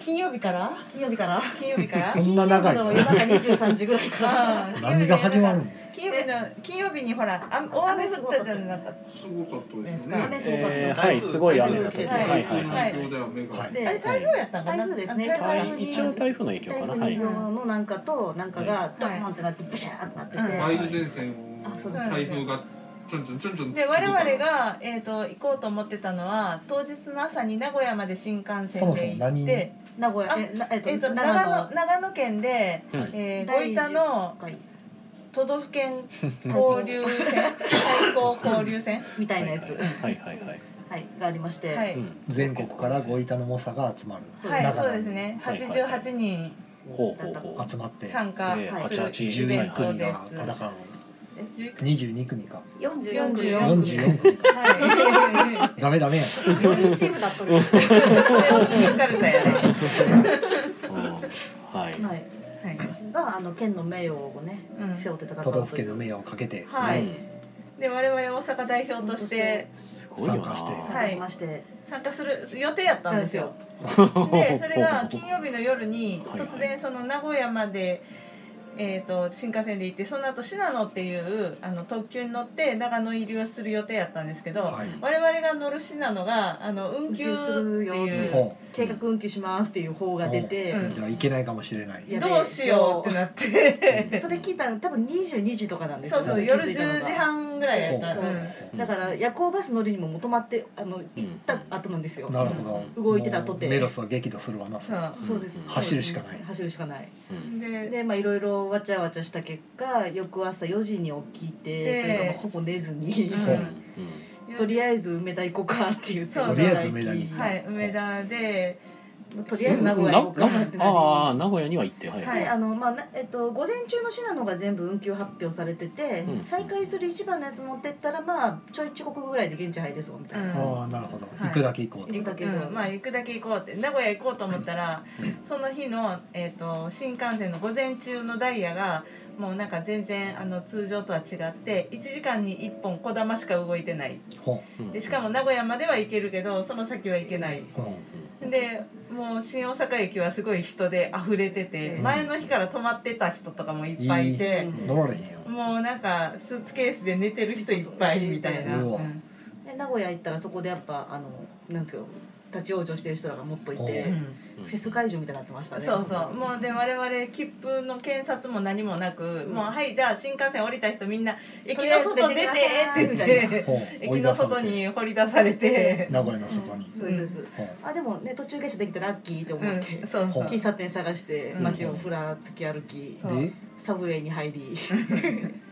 Speaker 10: 金曜日から金曜日から金曜日から
Speaker 1: そんな長い
Speaker 10: 金曜日の夜中二十三時ぐらいから。うん
Speaker 1: 何が始まるの
Speaker 10: 金曜日の金曜日にほらあ大雨降ったじゃなかったです
Speaker 5: ごかったです
Speaker 10: か。雨すごかった。
Speaker 2: えーはいすごい雨が降って
Speaker 10: はい
Speaker 2: はいはい
Speaker 10: はい
Speaker 2: はい
Speaker 10: であれ台風やったかな。台風ですね。
Speaker 2: 一応台風の影響かなはい
Speaker 10: のなんかとなんかがドーンってなってブシャーってなってて。
Speaker 5: 梅雨前線を台風がちょんちょんちょんちょん
Speaker 10: で我々が、えー、と行こうと思ってたのは当日の朝に名古屋まで新幹
Speaker 1: そ
Speaker 10: 線
Speaker 1: もそも
Speaker 10: で行っ
Speaker 1: 何
Speaker 10: て名古屋ええーと長野長野県で、
Speaker 1: うん
Speaker 10: えー、ご板の都道府県交 流船最高交流船みたいなやつ、
Speaker 2: はいはいはい
Speaker 10: はい、がありまして、はい
Speaker 1: 全国からご板の猛者が集まる
Speaker 10: はい、
Speaker 1: 長
Speaker 10: そう
Speaker 1: 野
Speaker 10: です
Speaker 1: に
Speaker 10: ね
Speaker 1: はいはいはい
Speaker 10: 88人
Speaker 2: ほうほうほう
Speaker 1: 集まって
Speaker 10: 参加するイベン
Speaker 1: 12
Speaker 10: ト
Speaker 1: 組
Speaker 10: です
Speaker 1: が。戦う
Speaker 10: え10
Speaker 1: 22組か
Speaker 3: 44組
Speaker 1: 44組か
Speaker 10: はい
Speaker 1: ダメダメやん
Speaker 3: チームだった
Speaker 1: のに
Speaker 10: それを分かるんだよね。
Speaker 2: はい
Speaker 10: はい。があの県の名誉をね、背負って戦うと
Speaker 1: 都
Speaker 10: いう
Speaker 1: 道府県の名誉をかけて
Speaker 10: はい。で我々大阪代表として
Speaker 2: ごいよな
Speaker 1: 参加して
Speaker 10: はい参加する予定やったんですよ。で
Speaker 2: で
Speaker 10: それが金曜日の夜に突然その名古屋まで。えー、と新幹線で行ってその後信濃っていうあの特急に乗って長野入りをする予定やったんですけど、我々が乗る信濃があの運休っていう計画運休しますっていう方が出て、
Speaker 1: じゃあいけないかもしれない
Speaker 10: どうしようってなって それ聞いたの多分22時とかなん
Speaker 1: ですよ
Speaker 10: そうそう
Speaker 1: ね
Speaker 10: 夜
Speaker 1: 気づいたの
Speaker 10: 10
Speaker 1: が
Speaker 10: 時半ぐらいやった、
Speaker 1: ほうほうほ
Speaker 10: うんだから夜行バス乗るにももとまってあの行った後なんですよ、
Speaker 1: なるほど
Speaker 10: 動いてた後って
Speaker 1: メロスは激怒するわな
Speaker 10: そうそうです
Speaker 1: 走るしかない
Speaker 10: 走るしかない、
Speaker 1: うん
Speaker 10: ででまあいろいろわちゃわちゃした結果翌朝4時に起きて
Speaker 1: で
Speaker 10: というかほぼ寝ずに、
Speaker 1: う
Speaker 10: とりあえず梅田行こうかっていう
Speaker 1: そうとりあえず梅田に
Speaker 10: はい梅田でとりあえず名古屋行こうかって
Speaker 2: なああ名古屋には行ってはい
Speaker 10: はい、あのまあなえっと午前中の信濃が全部運休発表されてて、
Speaker 2: うん
Speaker 10: 再開する一番のやつ持ってったらまあちょい遅刻ぐらいで現地入れそうみたいな。
Speaker 1: ああなるほど行くだけ行こうと
Speaker 10: 行くだけ行こう、まあ行くだけ行こうって名古屋行こうと思ったら、その日の、えー、と新幹線の午前中のダイヤがもうなんか全然あの通常とは違って1時間に1本こだましか動いてない
Speaker 1: ほ
Speaker 10: でしかも名古屋までは行けるけどその先は行けないでもう新大阪駅はすごい人で溢れてて、
Speaker 1: うん
Speaker 10: 前の日から泊まってた人とかもいっぱいいて、
Speaker 1: いい乗られへんよ
Speaker 10: もうなんかスーツケースで寝てる人いっぱいみたいな、
Speaker 1: うわ
Speaker 10: で名古屋行ったらそこでやっぱあのなんていうの立ち往生してる人らがもっといて、フェス会場みたいになってましたねそうそうもうで我々切符の検察も何もなく、もうはいじゃあ新幹線降りた人みんな駅の外出てって言って
Speaker 1: ほう
Speaker 10: 駅の外に掘り出されて
Speaker 1: 名古屋の外に
Speaker 10: そうですそうですあでもね途中下車できてラッキーと思って、
Speaker 1: うそう
Speaker 10: 喫茶店探して
Speaker 1: うん
Speaker 10: 街をふらつき歩き、
Speaker 1: で
Speaker 10: サブウェイに入り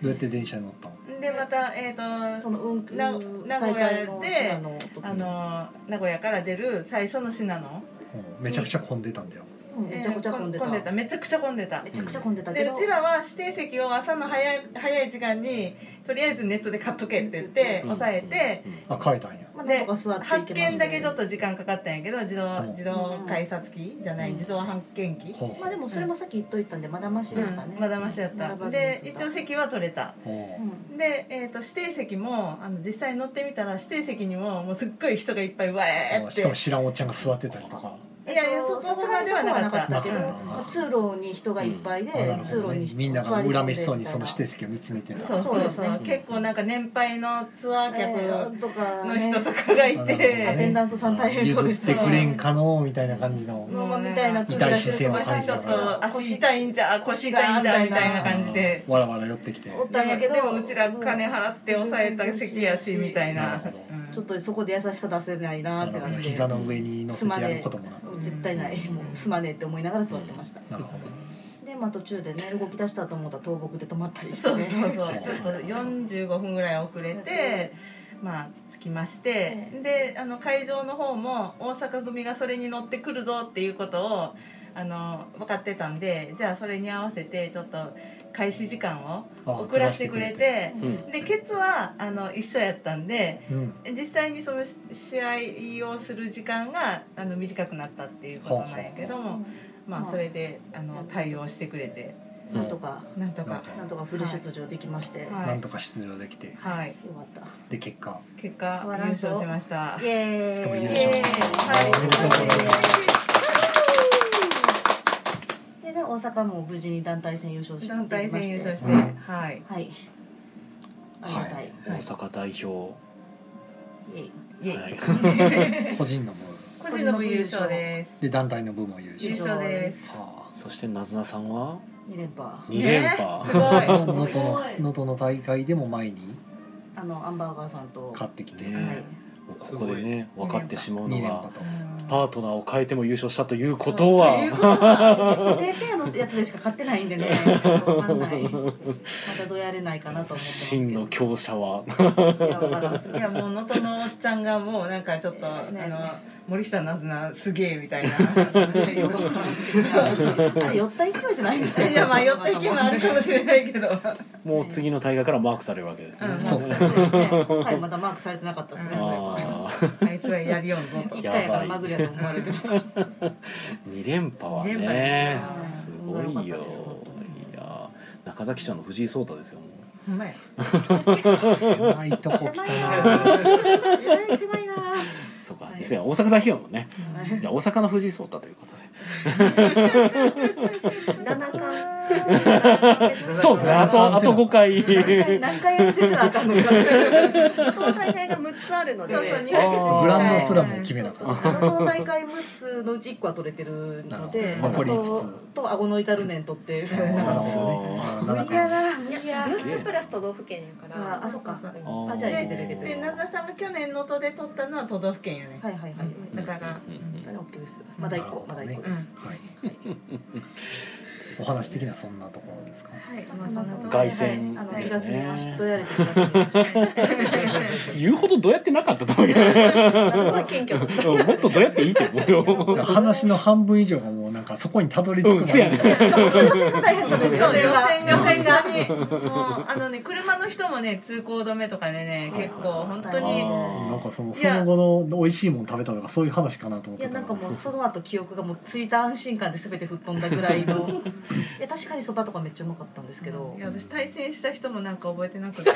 Speaker 1: どうやって電車に乗ったの
Speaker 10: でまたえっ、とその運名古
Speaker 9: 再開
Speaker 10: 屋
Speaker 9: の
Speaker 10: で
Speaker 9: 信濃
Speaker 10: あの名古屋から出る最初の信濃
Speaker 1: うんめちゃくちゃ混んでたんだよ
Speaker 10: めちゃくちゃ混んでた、めちゃくちゃ混んでためちゃくちゃ混んでた
Speaker 9: けど
Speaker 10: うちらは指定席を朝の早い早い時間にとりあえずネットで買っとけって言って
Speaker 1: うん
Speaker 10: 抑えて、
Speaker 1: あ帰えたんや
Speaker 10: で発券だけちょっと時間かかったんやけど自動自動改札機じゃない、自動発券機、まあでもそれもさっき言っといたんでまだましでしたね、まだましだったで一応席は取れたで、えー、と指定席もあの実際乗ってみたら指定席にももうすっごい人がいっぱいわーって
Speaker 1: しかも知らんおっちゃんが座ってたりとか
Speaker 10: いやいやそこまではなかったけど
Speaker 1: な
Speaker 10: 通路に人がいっぱいで、
Speaker 1: あなるほ
Speaker 10: 通
Speaker 1: ど
Speaker 10: 路
Speaker 1: ね
Speaker 10: に
Speaker 1: みんなが恨めしそうにその指
Speaker 10: して
Speaker 1: 定席を見つめてた
Speaker 10: そうそうそう、結構なんか年配のツアー客とかの人とかがいて、アテンダントさん大 変そう
Speaker 1: 譲
Speaker 10: で
Speaker 1: っ
Speaker 10: す
Speaker 1: てくれんかのみたいな感じの
Speaker 10: もうみたいな
Speaker 1: 痛い視線を感じ
Speaker 10: ちょ
Speaker 1: な
Speaker 10: っ
Speaker 1: がら
Speaker 10: と足痛いんじゃ腰痛いんじゃみたいな感じで
Speaker 1: わらわら寄ってきて
Speaker 10: おったんやけどでもうちら金払って抑えた席やしみたいなちょっとそこで優しさ出せないなって感じ
Speaker 1: 膝の上に乗せてやることもな
Speaker 10: 絶対ないもうすまねえって思いながら座ってました、
Speaker 1: なるほ
Speaker 10: でまあ途中でね動き出したと思ったら倒木で止まったりして、
Speaker 9: そうそうそう
Speaker 10: ちょっと45分ぐらい遅れてまあ着きましてであの会場の方も大阪組がそれに乗ってくるぞっていうことをあの分かってたんでじゃあそれに合わせてちょっと開始時間を
Speaker 9: あ
Speaker 10: 遅らせてくれて
Speaker 9: ずらしてくれ
Speaker 10: でケツはあの一緒やったんで。
Speaker 1: うん
Speaker 10: 実際にその試合をする時間があの短くなったっていうことなんやけども、まあそれであの対応してくれて。
Speaker 11: なんとか
Speaker 10: なんとか
Speaker 11: なんとかフル出場できまして、
Speaker 10: はい
Speaker 1: なんとか出場できて、
Speaker 10: はいよ
Speaker 11: かった
Speaker 1: で結果
Speaker 10: 結果優勝しました
Speaker 11: イエーイ
Speaker 1: しかも優勝し
Speaker 11: はい
Speaker 1: おめでとうございます
Speaker 11: でね大阪も無事に団体戦優勝して
Speaker 10: 団体戦優勝して、
Speaker 2: うん
Speaker 10: はい
Speaker 11: はいありがたい、
Speaker 2: 大阪代表
Speaker 11: イエイイエイ、
Speaker 2: はい
Speaker 1: 個人の部
Speaker 10: 個人の部優勝です
Speaker 1: で団体の部も優勝
Speaker 10: 優勝です
Speaker 2: そしてなずなさんは
Speaker 11: 二連覇
Speaker 2: 二連覇
Speaker 11: ねすごい
Speaker 1: 能登の能登の大会でも前に
Speaker 11: あのアンバーガーさんと
Speaker 1: 勝ってきて、
Speaker 11: はい
Speaker 2: もうここでね分かってしまうの
Speaker 1: 二連
Speaker 2: が
Speaker 1: 覇と
Speaker 2: パートナーを変えても優勝したということは
Speaker 11: ということはペーペーのやつでしか買ってないんでねちょっとわかんないまたどうやれないかなと思って
Speaker 2: 真の強者は
Speaker 10: いやもう能登のおっちゃんがもうなんかちょっと、あの森下なずなすげえみ たいな
Speaker 11: あれ寄った勢いじゃないですか
Speaker 10: いやまあ寄った勢いもあるかもしれないけど
Speaker 2: もう次の大会からマークされるわけですね、
Speaker 11: うんそうですね今回まだマークされてなかったですね
Speaker 2: あ
Speaker 10: あいつはやりよんぞと
Speaker 11: 一回やからまぐれやと思われてる
Speaker 2: 二連覇は
Speaker 11: 二連
Speaker 2: ね
Speaker 11: 覇です
Speaker 2: す
Speaker 11: よ
Speaker 2: ごいよいや中崎町の藤井聡太ですよもう
Speaker 10: ほんまや
Speaker 1: 狭いとこ来たな
Speaker 11: 狭いな
Speaker 2: そうか、ですよ大阪代表も ね、 じゃあ大阪の藤井聡太ということで
Speaker 3: 七冠
Speaker 2: そうですねあとあと5回
Speaker 3: 何回やせなあかんのかこ の大会が6つあるので
Speaker 11: そうそう二
Speaker 1: 回グランドスラムを決めな
Speaker 11: そ
Speaker 1: か
Speaker 11: う
Speaker 1: った
Speaker 11: その大会6つのうち1個は取れてるので
Speaker 1: なるほど残り
Speaker 11: と
Speaker 1: 五
Speaker 11: と顎の至る年取ってなかったですね
Speaker 1: 七
Speaker 11: いや
Speaker 1: 回
Speaker 11: だ
Speaker 3: いや6つプラス都道府県やから
Speaker 11: ああそっか
Speaker 2: あじゃあいけるいける
Speaker 10: でなずなさんが去年能登で取ったのは都道府県やね
Speaker 11: はいはいはい
Speaker 10: だから、
Speaker 11: まだ一個まだ一個です
Speaker 1: お話的にはそんなところですか
Speaker 10: はい
Speaker 11: まあそんなところで
Speaker 2: 凱旋
Speaker 11: はいあの
Speaker 2: で
Speaker 11: 気
Speaker 2: す
Speaker 11: が済みました
Speaker 2: ね
Speaker 11: どうやれて気が済みました
Speaker 2: 言うほどどうやってなかったと思うけど
Speaker 1: そこは謙 虚
Speaker 2: うんもっとどうやっていいと思うよ
Speaker 1: 話の半分以上がもうなんかそこにたどり着くまで
Speaker 2: うんせやね
Speaker 10: そう予選が予選が
Speaker 11: 予選
Speaker 10: もうあのね車の人もね通行止めとかでね結構本当に
Speaker 1: なんかそのその後の美味しいもの食べたとかそういう話かなと思っ
Speaker 11: い
Speaker 1: て
Speaker 11: や
Speaker 1: た
Speaker 11: なんかもうその後記憶がもうついた安心感で全て吹っ飛んだぐらいの いや確かにそばとかめっちゃうまかったんですけど
Speaker 10: いや私対戦した人もなんか覚えてな くて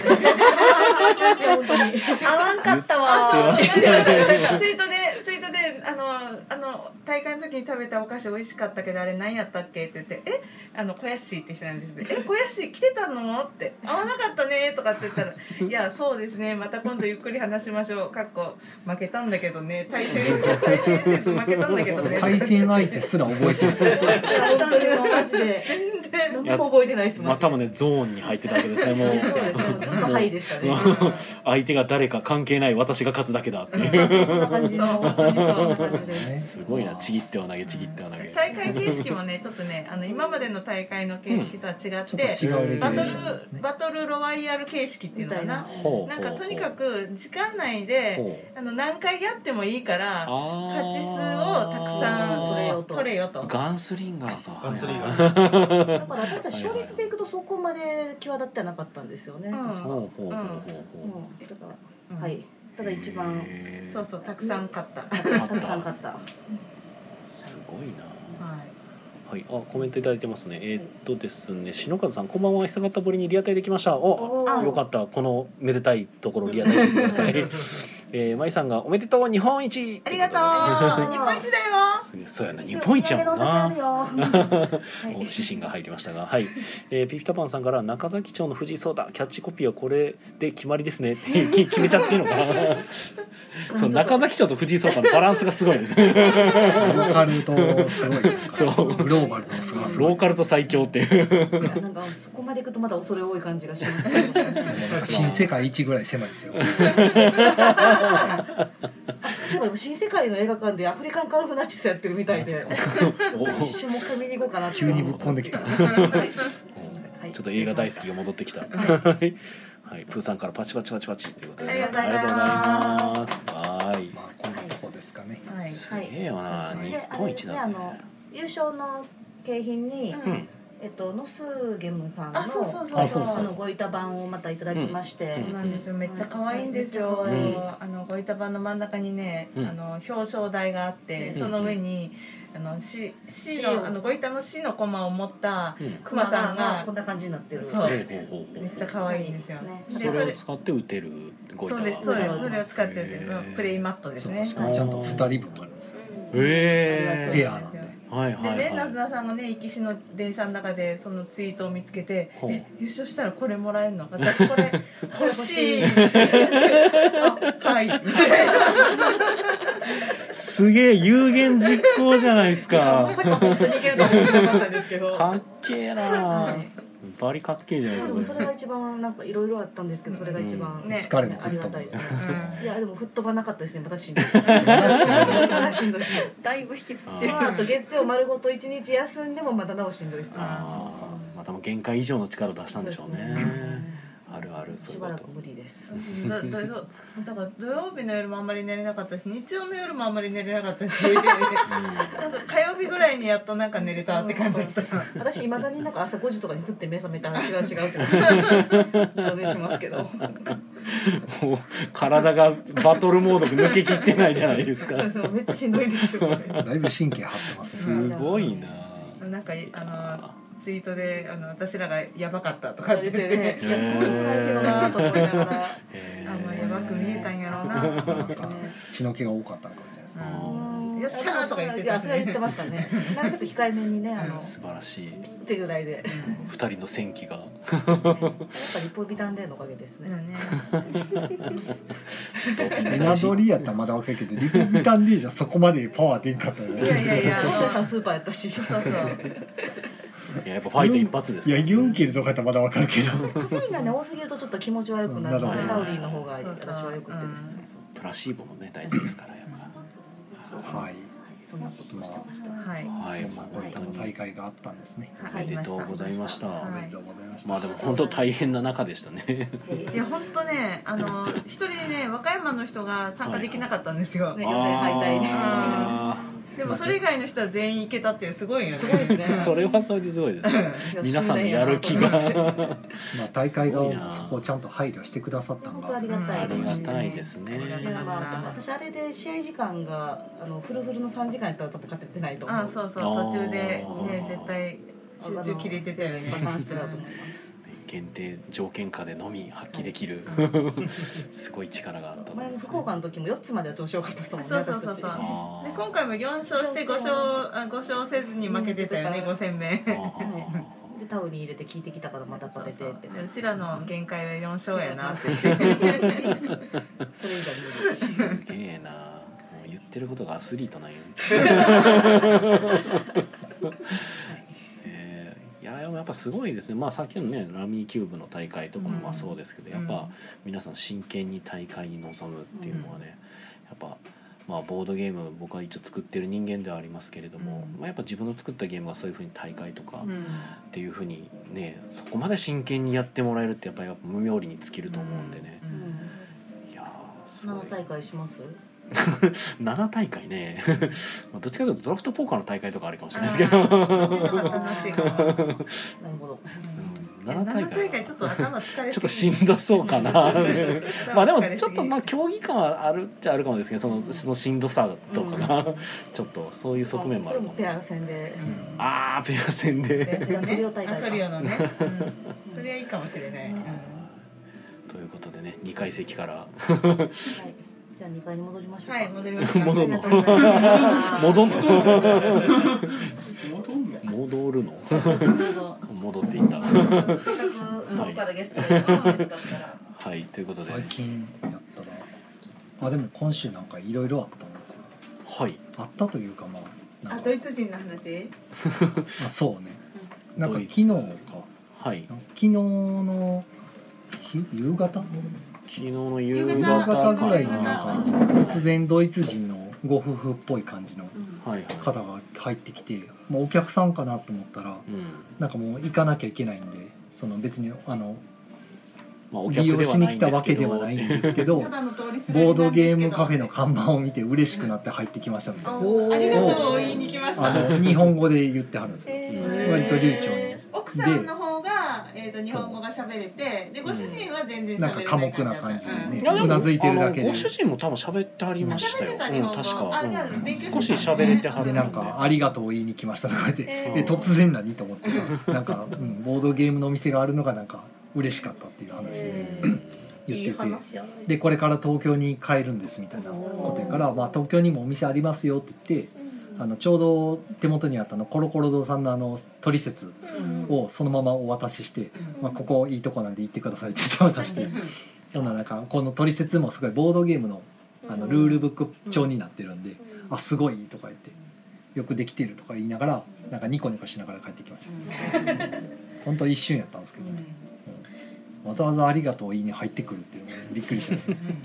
Speaker 11: 本当に
Speaker 10: 合わんかったわ
Speaker 11: 合わんかった
Speaker 10: ツイートでツイートであのあの大会の時に食べたお菓子美味しかったけどあれ何やったっけって言って「えあの小屋しって人なんですねえ小屋し来てたの?」って「合わなかったね」とかって言ったら「いやそうですねまた今度ゆっくり話しましょう」かっこ負けたんだけどね対戦対戦です負けたんだけどね
Speaker 1: 対戦相手すら覚えてない
Speaker 11: 本当にもうマジで
Speaker 10: 全然
Speaker 11: 何も覚えてないですもん
Speaker 2: またもねゾーンに入ってたわけですねもう
Speaker 11: そうですねずっとハイでしたね
Speaker 2: うん相手が誰か関係ない私が勝つだけだっていう
Speaker 11: そんな感じそう本当にそんな感じです
Speaker 2: ごいなちぎっては投げちぎっては投げ
Speaker 10: 大会形式もねちょっとねあの今までの大会の形式とは違って、
Speaker 2: うんちょっと違うレギュレ
Speaker 10: バト
Speaker 2: ー
Speaker 10: ル
Speaker 2: ショ
Speaker 10: バトルロワイヤル形式っていうのかな
Speaker 2: ほう
Speaker 10: なんかとにかく時間内であの何回やってもいいから勝ち数をたくさん取れよと取れよと。
Speaker 2: ガンスリンガーかガンスリンガ
Speaker 11: だ
Speaker 2: ー
Speaker 11: から私たち勝率でいくとそこまで際立ってなかったんですよね確か
Speaker 2: ほうほうほうほう
Speaker 11: もうだからはいただ一番
Speaker 10: そうそうたくさん勝った。
Speaker 11: たくさん勝った
Speaker 2: すごいな
Speaker 10: はい
Speaker 2: はい、あ、コメントいただいてますね。えーっとですね、篠方さん、こんばんは。久方ぶりにリアタイできました。お、
Speaker 10: おー
Speaker 2: よかった。このめでたいところリアタイしてくださ い。えー、まいさんがおめでとう日本一。
Speaker 10: ありがとう。 日本一だよ。
Speaker 2: そうやな、日本一やもんな。
Speaker 10: い
Speaker 2: お指針が入りましたが、はい、えー、ピピタパンさんから中崎町の藤井聡太キャッチコピーはこれで決まりですねっていうき決めちゃっていいのかな。そう中崎町と藤井聡太のバランスがすごいですね。
Speaker 1: ローカルとすごい
Speaker 2: そう
Speaker 1: グローバルとすごい
Speaker 2: ローカルと最強っていう。
Speaker 11: なんかそこまでいくとまだ恐れ多い感じがしますけど
Speaker 1: なんか新世界一ぐらい狭いですよ
Speaker 11: そういえば新世界の映画館でアフリカンカンフナチスやってるみたいで 一緒もう一回見に行こうかなって
Speaker 2: 急にぶっ
Speaker 1: 込んできた
Speaker 2: ちょっと映画大好きが戻ってきた。はい、はい、プーさんからパチパチパチパチということで、
Speaker 1: ありがとう
Speaker 2: あ
Speaker 1: ご
Speaker 2: り
Speaker 1: ざ
Speaker 2: が
Speaker 1: い
Speaker 2: とうございま。
Speaker 1: ます
Speaker 2: はい、
Speaker 1: こんなとこですかね
Speaker 11: はい
Speaker 2: すげえよな、
Speaker 11: で
Speaker 2: 日本一
Speaker 11: あ
Speaker 2: だ
Speaker 11: れ
Speaker 2: ね
Speaker 11: ですねあの優勝の景品に、
Speaker 2: ん
Speaker 11: えっとノスゲムさんの
Speaker 10: あそうそうそうそう
Speaker 11: あのご板版をまたいただきまして、
Speaker 10: そうなんですよめっちゃ可愛いんですよ、あのご板板の真ん中にね、
Speaker 11: うん
Speaker 10: あの表彰台があって、その上にあの C, C のあのご板の C のコマを持ったクマさんが、
Speaker 11: こんな感じになってる
Speaker 10: そう
Speaker 2: ほうほうほう
Speaker 10: めっちゃ可愛いんですよ、で
Speaker 2: それを使って打てるゴイタ
Speaker 10: そうですそうですそれを使っててプレイマットですね
Speaker 1: しかもちゃんと二人分あるんですよ。
Speaker 2: え
Speaker 1: ペアなんで。
Speaker 2: はい
Speaker 10: で
Speaker 2: はい
Speaker 10: ね、
Speaker 2: は
Speaker 10: なずなさんがね、行きしの電車の中で、そのツイートを見つけて。
Speaker 2: ほう
Speaker 10: え優勝したら、これもらえるの、私 これ、欲しい。 あはい、みたいな。
Speaker 2: いすげえ有言実行じゃないですか
Speaker 10: まさか本当にいけると思ってなかったんですけど
Speaker 2: かっけえなバリかっけえじゃない
Speaker 11: で
Speaker 2: で
Speaker 11: も
Speaker 2: す
Speaker 11: そ
Speaker 2: か
Speaker 11: れが一番なんかいろいろあったんですけどそれが一番、
Speaker 2: うん
Speaker 11: ね
Speaker 2: 疲れも
Speaker 11: あ
Speaker 2: 吹
Speaker 11: り
Speaker 2: っ
Speaker 11: が
Speaker 2: 飛
Speaker 11: た
Speaker 2: ぶ
Speaker 11: いですね、いやでも吹っ飛ばなかったですねまたし んどいまだしんどい
Speaker 3: だいぶ引きつ
Speaker 11: ってあと月曜丸ごと一日休んでもまたなおしんどいですね
Speaker 2: あーまあ多分限界以上の力を出したんでしょうねあるあるそうい
Speaker 11: し
Speaker 2: う
Speaker 11: ば
Speaker 2: こ
Speaker 11: ら
Speaker 2: と
Speaker 11: く無理です
Speaker 10: だだだだから土曜日の夜もあんまり寝れなかったし日曜の夜もあんまり寝れなかったし なんか火曜日ぐらいにやっとなんか寝れたって感じだった
Speaker 11: 私いまだになんか朝5時とかに降って目覚めたら違う違うってお願いしますけど
Speaker 2: もう体がバトルモード抜けきってないじゃないですか
Speaker 11: そうめっちゃしんどいですよ
Speaker 1: だいぶ神経張ってます
Speaker 2: すごいな
Speaker 10: なんかあのツイートであの私らがやばかったとかって言ってね
Speaker 2: いやそうなんだよなと思いながらあ
Speaker 10: んまやばく見えたんやろうなと思ってね
Speaker 1: 血の気が多かったのかもしれないですね。
Speaker 10: よっしゃーとか言って
Speaker 11: いや
Speaker 10: た
Speaker 11: それは言ってましたねなるべく控えめにねあの
Speaker 2: 素晴らしい
Speaker 11: ってぐらいでやっ
Speaker 2: 二人の戦機が
Speaker 11: ぱリポビタンデーのおかげですね
Speaker 1: エナドリやったらまだ分かるけどリポビタン D じゃそこまでパワー出んかったよね
Speaker 11: いやいやいやお父さんスーパーやったしそうそう
Speaker 2: いややっぱファイト一発です
Speaker 1: いやユンケルとかやったらまだ分かるけど
Speaker 11: カフェインがね多すぎるとちょっと気持ち悪くなるのでタウリンの方が私はよくてです
Speaker 2: プラシーボもね大事ですからやっ
Speaker 1: はい
Speaker 11: そんなことをしてました
Speaker 10: はい
Speaker 2: ぱはいもう
Speaker 1: こうい
Speaker 2: 本
Speaker 1: った
Speaker 2: 当に
Speaker 1: 大会があったんですね
Speaker 2: おめでとうございました
Speaker 10: はいおめで
Speaker 1: とうございま
Speaker 2: まあでも本当大変な中でしたね
Speaker 10: いや本当ねあの一人ね和歌山の人が参加できなかったんですよ、
Speaker 2: ね予選敗退であ
Speaker 10: ででもそれ以外の人は全員行けたっていうすごいよねすごいです
Speaker 2: それはそれですごいですね 皆さんのやる気が
Speaker 1: まあ大会がそこをちゃんと配慮してくださったの
Speaker 11: 本当
Speaker 1: が
Speaker 11: ありがたいです
Speaker 2: ありがたいですね
Speaker 11: いやまあ 私あれで試合時間があのフルフルの3時間やったら多分勝ててないと思う
Speaker 10: あそうそう途中でね絶対集中切れてたよね
Speaker 11: バカンしてたと思います
Speaker 2: 限定条件下でのみ発揮できる すごい力があった
Speaker 11: 前の福岡の時も4つまでは調子良かったですもんね
Speaker 10: そうそうそうそう
Speaker 2: あ
Speaker 10: で今回も4勝して5勝あ5勝せずに負けてたよね5戦目
Speaker 11: でタオルに入れて聞いてきたからまた勝ててって
Speaker 10: うちらの限界は4勝 やなって
Speaker 11: それ以外
Speaker 2: すげえなもう言ってることがアスリート なんよえーいやでもやっぱすごいですね、まあ、さっきのねラミーキューブの大会とかもまあそうですけど、
Speaker 10: うん
Speaker 2: やっぱ皆さん真剣に大会に臨むっていうのはね、やっぱ、まあ、ボードゲーム僕は一応作ってる人間ではありますけれども、まあ、やっぱ自分の作ったゲームがそういうふうに大会とか、っていうふうにねそこまで真剣にやってもらえるってやっぱり無妙理に尽きると思うんでね、いやーすごい
Speaker 11: 7大会します
Speaker 2: 7大会ね まあどっちかというとドラフトポーカーの大会とかあるかもしれないですけど
Speaker 11: なるほど
Speaker 2: 7大会
Speaker 10: ちょっと頭疲れ
Speaker 2: ちょっとしんどそうかなまあでも
Speaker 10: 疲れすぎ
Speaker 2: ちょっとまあ競技感はあるっちゃあるかもですけどそのそのしんどさとかが、ちょっとそういう側面もあ
Speaker 11: それ
Speaker 2: る
Speaker 11: も
Speaker 2: かも
Speaker 11: ペア戦で
Speaker 2: あーペア戦
Speaker 11: ペア
Speaker 2: で
Speaker 11: トリオ大会
Speaker 10: トリオのね
Speaker 11: か
Speaker 10: それはいいかもしれない
Speaker 2: ということでね2階席から
Speaker 11: じゃあ2階に戻りましょうか
Speaker 10: はい戻りましょう
Speaker 2: 戻んの
Speaker 10: ありがとうございます
Speaker 2: 戻んの
Speaker 5: 戻んの
Speaker 2: 戻るの戻っていった
Speaker 11: 遠くからゲスト
Speaker 2: はいということで
Speaker 1: 最近やったらあでも今週なんかいろいろあったんですよ
Speaker 2: はい
Speaker 1: あったというかまあ
Speaker 10: あドイツ人の話
Speaker 1: あそうねなんか
Speaker 2: ドイ
Speaker 1: 昨
Speaker 2: ツ
Speaker 1: 日か
Speaker 2: はい
Speaker 1: 昨日のひ夕方
Speaker 2: 昨日の夕
Speaker 1: 夕
Speaker 2: 方か
Speaker 1: 方
Speaker 2: な
Speaker 1: ぐらいになんか突然ドイツ人のご夫婦っぽい感じの
Speaker 2: はいはい
Speaker 1: 方が入ってきて、まあ、お客さんかなと思ったら
Speaker 2: うん
Speaker 1: なんかもう行かなきゃいけないんでその別にあの
Speaker 2: まあお客
Speaker 1: 利用
Speaker 2: で
Speaker 1: し
Speaker 2: は
Speaker 1: に
Speaker 2: ない
Speaker 1: 来
Speaker 2: ん
Speaker 1: た
Speaker 2: で
Speaker 1: わ
Speaker 2: す
Speaker 1: け
Speaker 2: け
Speaker 1: で
Speaker 2: ど
Speaker 1: はないんです けどボ
Speaker 10: ただの通りすがりな
Speaker 1: ー
Speaker 10: んですけど
Speaker 1: ドゲームカフェの看板を見て嬉しくなって入ってきましたみたいな
Speaker 10: おーありがとう言いに来ました
Speaker 1: あの日本語で言ってはるんですよ、割と流暢に
Speaker 10: 奥さんの方が、ええー、と日本語が喋れてでご主人は全然喋れ
Speaker 1: な
Speaker 10: ない
Speaker 1: ん
Speaker 10: 感
Speaker 1: か
Speaker 10: じ
Speaker 1: 寡黙
Speaker 10: だった
Speaker 1: な感じでね
Speaker 2: いやでも
Speaker 1: うなずいてるだけ
Speaker 2: あの
Speaker 1: で
Speaker 2: ご主人も多分喋ってはりましたよ、
Speaker 10: 喋ってた日
Speaker 2: うん
Speaker 10: 本語
Speaker 2: 確か、
Speaker 10: あ
Speaker 2: うん
Speaker 10: じゃあ勉強してた
Speaker 2: 少し喋れてはる
Speaker 1: でなんか「ありがとう」言いに来ましたとか言って
Speaker 10: え
Speaker 1: 「
Speaker 10: ー
Speaker 1: え突然何?」と思ってなんか、うん、ボードゲームのお店があるのがなんか嬉しかったっていう話で言っててでこれから東京に帰るんですみたいなこと言うから「まあ、東京にもお店ありますよ」って言ってあのちょうど手元にあったのコロコロ堂さんのあの取説をそのままお渡しして「まあ、ここいいとこなんで行ってください」って言って渡して。そんななんかこの取説もすごいボードゲームのあのルールブック調になってるんで「あすごい」とか言って「よくできてる」とか言いながらなんかニコニコしながら帰ってきました本当一瞬やったんですけどね、うんわざわざ「ありがとう」言いに入ってくるっていうのがびっくりしたね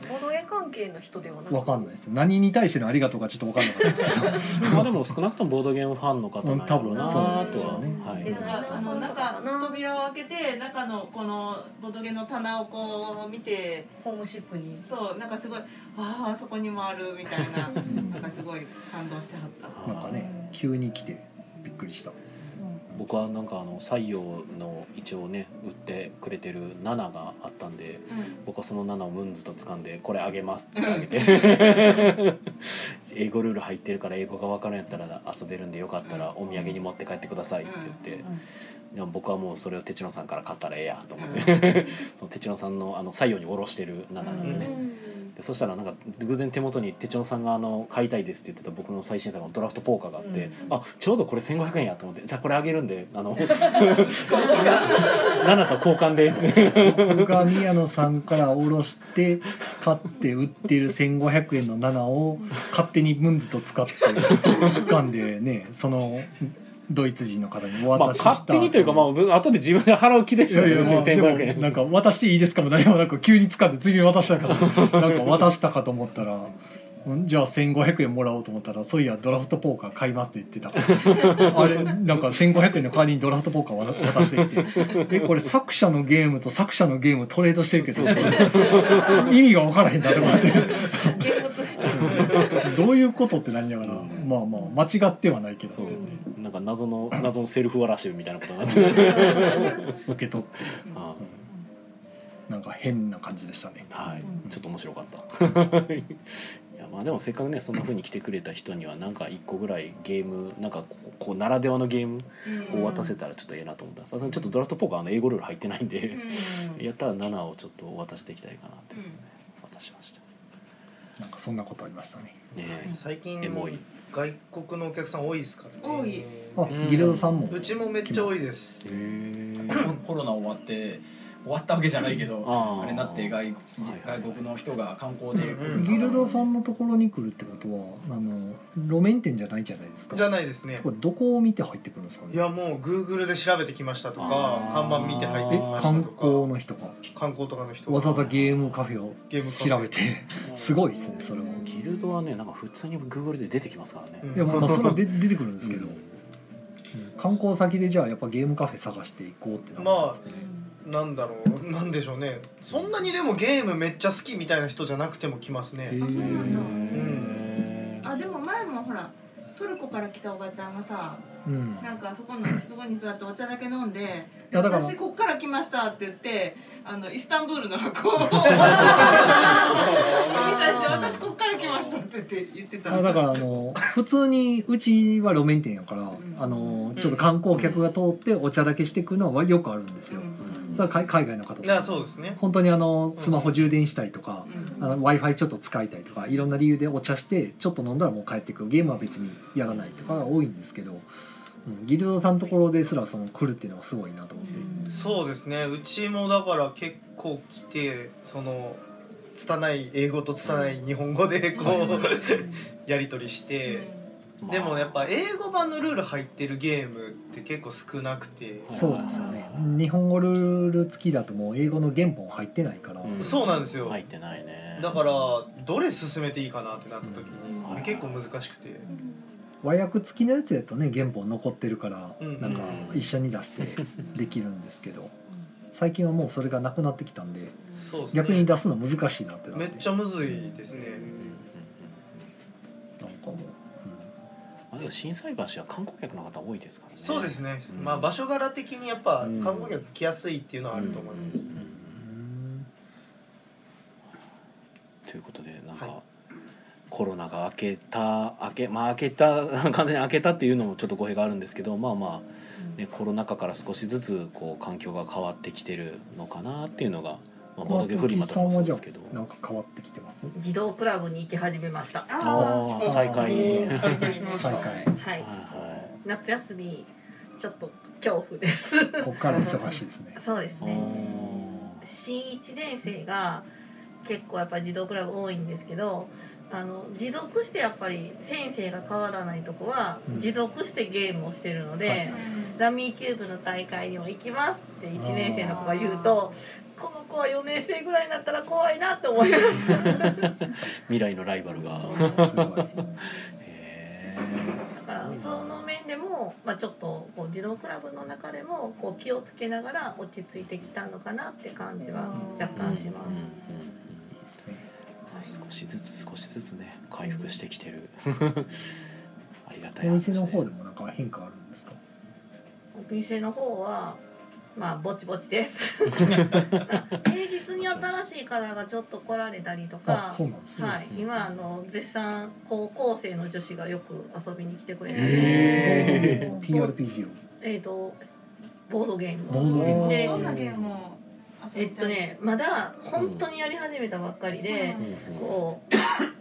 Speaker 3: ボドゲ関係の人ではな
Speaker 1: わかんないです何に対しての「ありがとう」かちょっとわかんなかったですけど
Speaker 2: まあでも少なくともボードゲームファンの方なんやろうな
Speaker 1: うん多分
Speaker 2: と
Speaker 1: そ
Speaker 2: は
Speaker 1: うでしょうね、
Speaker 2: はい
Speaker 10: でなんかあの中扉を開けて中のこのボトゲの棚をこう見てホームシップにそうなんかすごいわああそこにもあるみたいななんかすごい感動してはった
Speaker 1: なんかね急に来てびっくりした
Speaker 2: 僕はなんかあの採用の一応ね売ってくれてる7があったんで、僕はその7をムンズと掴んで「これあげます」ってあげて、 英語ルール入ってるから英語が分からんやったら遊べるんでよかったらお土産に持って帰ってくださいって言って、でも僕はもうそれを哲郎さんから買ったらええやと思って、 その哲郎さんのあの採用に卸してる7なんでね。でそしたらなんか偶然手元に手帳さんがあの「買いたいです」って言ってた僕の最新作のドラフトポーカーがあって、あちょうどこれ1500円やと思ってじゃあこれあげるんであ の 7と交換で
Speaker 1: 僕が宮野さんから下ろして買って売ってる1500円の7を勝手にムンズと使って掴んでねそのドイツ人の方にお
Speaker 2: まあ
Speaker 1: 渡しした
Speaker 2: 勝手にというかまあ後で自分で払う気でした
Speaker 1: い
Speaker 2: よ
Speaker 1: やいや
Speaker 2: 別に
Speaker 1: まあ
Speaker 2: 1500
Speaker 1: でも
Speaker 2: 円
Speaker 1: なんか渡していいですかも何もなく急に掴んで次に渡したからなんか渡したかと思ったらんじゃあ1500円もらおうと思ったらそういやドラフトポーカー買いますって言ってたからあれなんか1500円の代わりにドラフトポーカーわ渡してきてえこれ作者のゲームと作者のゲームトレードしてるけど 意味が分からへんなと思ってどういうことってなりながらまあまあ間違ってはないけどって
Speaker 2: なんか謎の謎のセルフ笑らしみたいなことにな って
Speaker 1: 受け取って
Speaker 2: あ
Speaker 1: なんか変な感じでしたね
Speaker 2: はいちょっと面白かったいやまあでもせっかくねそんな風に来てくれた人にはなんか一個ぐらいゲームなんかこうこうならではのゲームを渡せたらちょっとええなと思ったさすがにちょっとドラフトポーカーあの英語ルール入ってないんでやったら7をちょっとお渡しできたらいいかなって渡しました
Speaker 1: なんかそんなことありましたね
Speaker 2: ね
Speaker 4: 最近
Speaker 2: エモい
Speaker 4: 外国のお客さん多いですからね
Speaker 11: 多い
Speaker 1: あギルドさんも
Speaker 4: うちもめっちゃ多いです
Speaker 6: コロナ終わって終わったわけじゃないけどあれになって外外国の人が観光で
Speaker 1: ギルド さんのところに来るってことはあの路面店じゃないじゃないですか
Speaker 4: じゃないですね
Speaker 1: これどこを見て入ってくるんですかね
Speaker 4: いやもうグーグルで調べてきましたとか看板見て入って
Speaker 1: え
Speaker 4: きました
Speaker 1: 観
Speaker 4: とか
Speaker 1: 光の人か
Speaker 4: 観光とかの人
Speaker 1: わざわざゲームカフェを
Speaker 4: ゲームカ
Speaker 1: 調
Speaker 4: フェ
Speaker 1: べてすごいですねそれも
Speaker 2: ギルドはねなんか普通に Google で出てきますからね
Speaker 1: いやまあまあそれは 出出てくるんですけど、うん観光先でじゃあやっぱゲームカフェ探していこうってな
Speaker 4: まあなんだろうなんでしょうねそんなにでもゲームめっちゃ好きみたいな人じゃなくても来ますね
Speaker 10: あでも前もほらトルコから来たおばちゃんがさ
Speaker 1: うん
Speaker 10: なんかそこ のそこに座ってお茶だけ飲んで「
Speaker 1: やだから
Speaker 10: 私こっから来ました」って言ってあのイスタンブール の箱を指さして「私こっから来ました」って言って言ってた
Speaker 1: あだからあの普通にうちは路面店やからあのちょっと観光客が通ってお茶だけしてくのはよくあるんですよ。だから海海外の方とか
Speaker 4: あそうですね
Speaker 1: 本当にあのスマホ充電したいとか、あの w i f i ちょっと使いたいとかいろんな理由でお茶してちょっと飲んだらもう帰ってくるゲームは別にやらないとかが多いんですけど、うん、ギルドさんのところですらその来るっていうのはすごいなと思って、
Speaker 4: そうですねうちもだから結構来てその拙い英語と拙い日本語でこうやり取りしてでもやっぱ英語版のルール入ってるゲームって結構少なくて
Speaker 1: そうですよね日本語ルール付きだともう英語の原本入ってないから、
Speaker 4: そうなんですよ
Speaker 2: 入ってないね
Speaker 4: だからどれ進めていいかなってなった時に結構難しくて
Speaker 1: 和訳付きのやつだとね原本残ってるから、
Speaker 4: うん
Speaker 1: なんか一緒に出 してできるんですけど最近はもうそれがなくなってきたんで
Speaker 4: そうですね
Speaker 1: 逆に出すの難しいなってな
Speaker 4: めっちゃむずいですね
Speaker 1: なんかもう、
Speaker 2: あでも心斎橋は観光客の方多いですからね
Speaker 4: そうですね、まあ場所柄的にやっぱ観光客来やすいっていうのはあると思います、
Speaker 2: ということでなんか、コロナが明けた明けまあ明けた 完全に明けたっていうのもちょっと語弊があるんですけどまあまあ、ね、コロナ禍から少しずつこう環境が変わってきてるのかなっていうのが、まあ、ボードゲームフリマとかもそうですけど
Speaker 1: なんか変わってきてます
Speaker 9: 児童クラブに行き始めました。
Speaker 2: あー再開
Speaker 9: 再開しました。
Speaker 1: 再
Speaker 9: はい
Speaker 1: 開。
Speaker 9: 夏休みちょっと恐怖です。
Speaker 1: こっから忙しいですね
Speaker 9: そうですね。新一年生が結構やっぱり児童クラブ多いんですけど。あの持続してやっぱり先生が変わらないとこは
Speaker 11: うん
Speaker 9: 持続してゲームをしてるので、
Speaker 11: はい
Speaker 9: ラミーキューブの大会にも行きますって1年生の子が言うとこの子は4年生ぐらいになったら怖いなって思います
Speaker 2: 未来のライバルが
Speaker 9: そう
Speaker 2: へ
Speaker 9: だからその面でも、まあ、ちょっとこう児童クラブの中でもこう気をつけながら落ち着いてきたのかなって感じは若干します。
Speaker 2: ー少しずつ少しずつね回復してきてるありがた
Speaker 1: お
Speaker 2: い
Speaker 1: 店の方でもなんか変化あるんですか
Speaker 9: お店の方はまあぼちぼちです。平日に新しい方がちょっと来られたりと
Speaker 1: あ
Speaker 9: か
Speaker 1: そうなんです、ね
Speaker 9: はい、今あの絶賛高校生の女子がよく遊びに来てくれて、
Speaker 1: へー TRPG を
Speaker 9: えー、とボードゲーム
Speaker 1: ボードゲーム
Speaker 9: で
Speaker 1: どんなゲーム
Speaker 9: えっとねまだ本当にやり始めたばっかりで、
Speaker 2: うん
Speaker 9: こう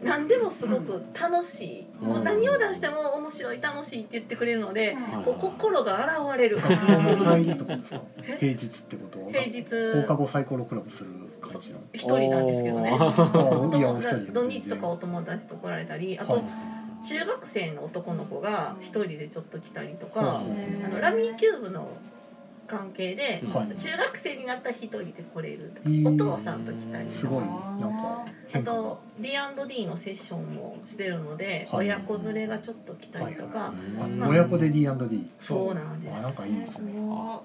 Speaker 9: 何でもすごく楽しい、
Speaker 2: うん
Speaker 9: もう何を出しても面白い楽しいって言ってくれるので、
Speaker 1: うん
Speaker 9: こう心が現れる、
Speaker 1: 入りってことですか
Speaker 9: え
Speaker 1: 平日ってこと
Speaker 9: 平日
Speaker 1: 放課後サイコロクラブする感じの
Speaker 9: 一人なんですけどね
Speaker 1: あ
Speaker 9: 本
Speaker 1: ー
Speaker 9: 当
Speaker 1: いやお
Speaker 9: も
Speaker 1: 一人
Speaker 9: う
Speaker 1: で
Speaker 9: 土日とかお友達と来られたりあと、
Speaker 1: はい
Speaker 9: 中学生の男の子が一人でちょっと来たりとか、
Speaker 1: は
Speaker 9: あのラミーキューブの関係で、
Speaker 1: はい
Speaker 9: 中学生になったら一人で来れるとか、
Speaker 1: へー
Speaker 9: お父さんと来たりとか
Speaker 1: すごいなんか
Speaker 9: あと D&D のセッションもしてるので、
Speaker 1: はい
Speaker 9: 親子連れがちょっと来たりとか、
Speaker 1: あ
Speaker 9: まあ
Speaker 1: 親子で D&D
Speaker 9: そうなんです
Speaker 1: あなんかいいですね
Speaker 9: ま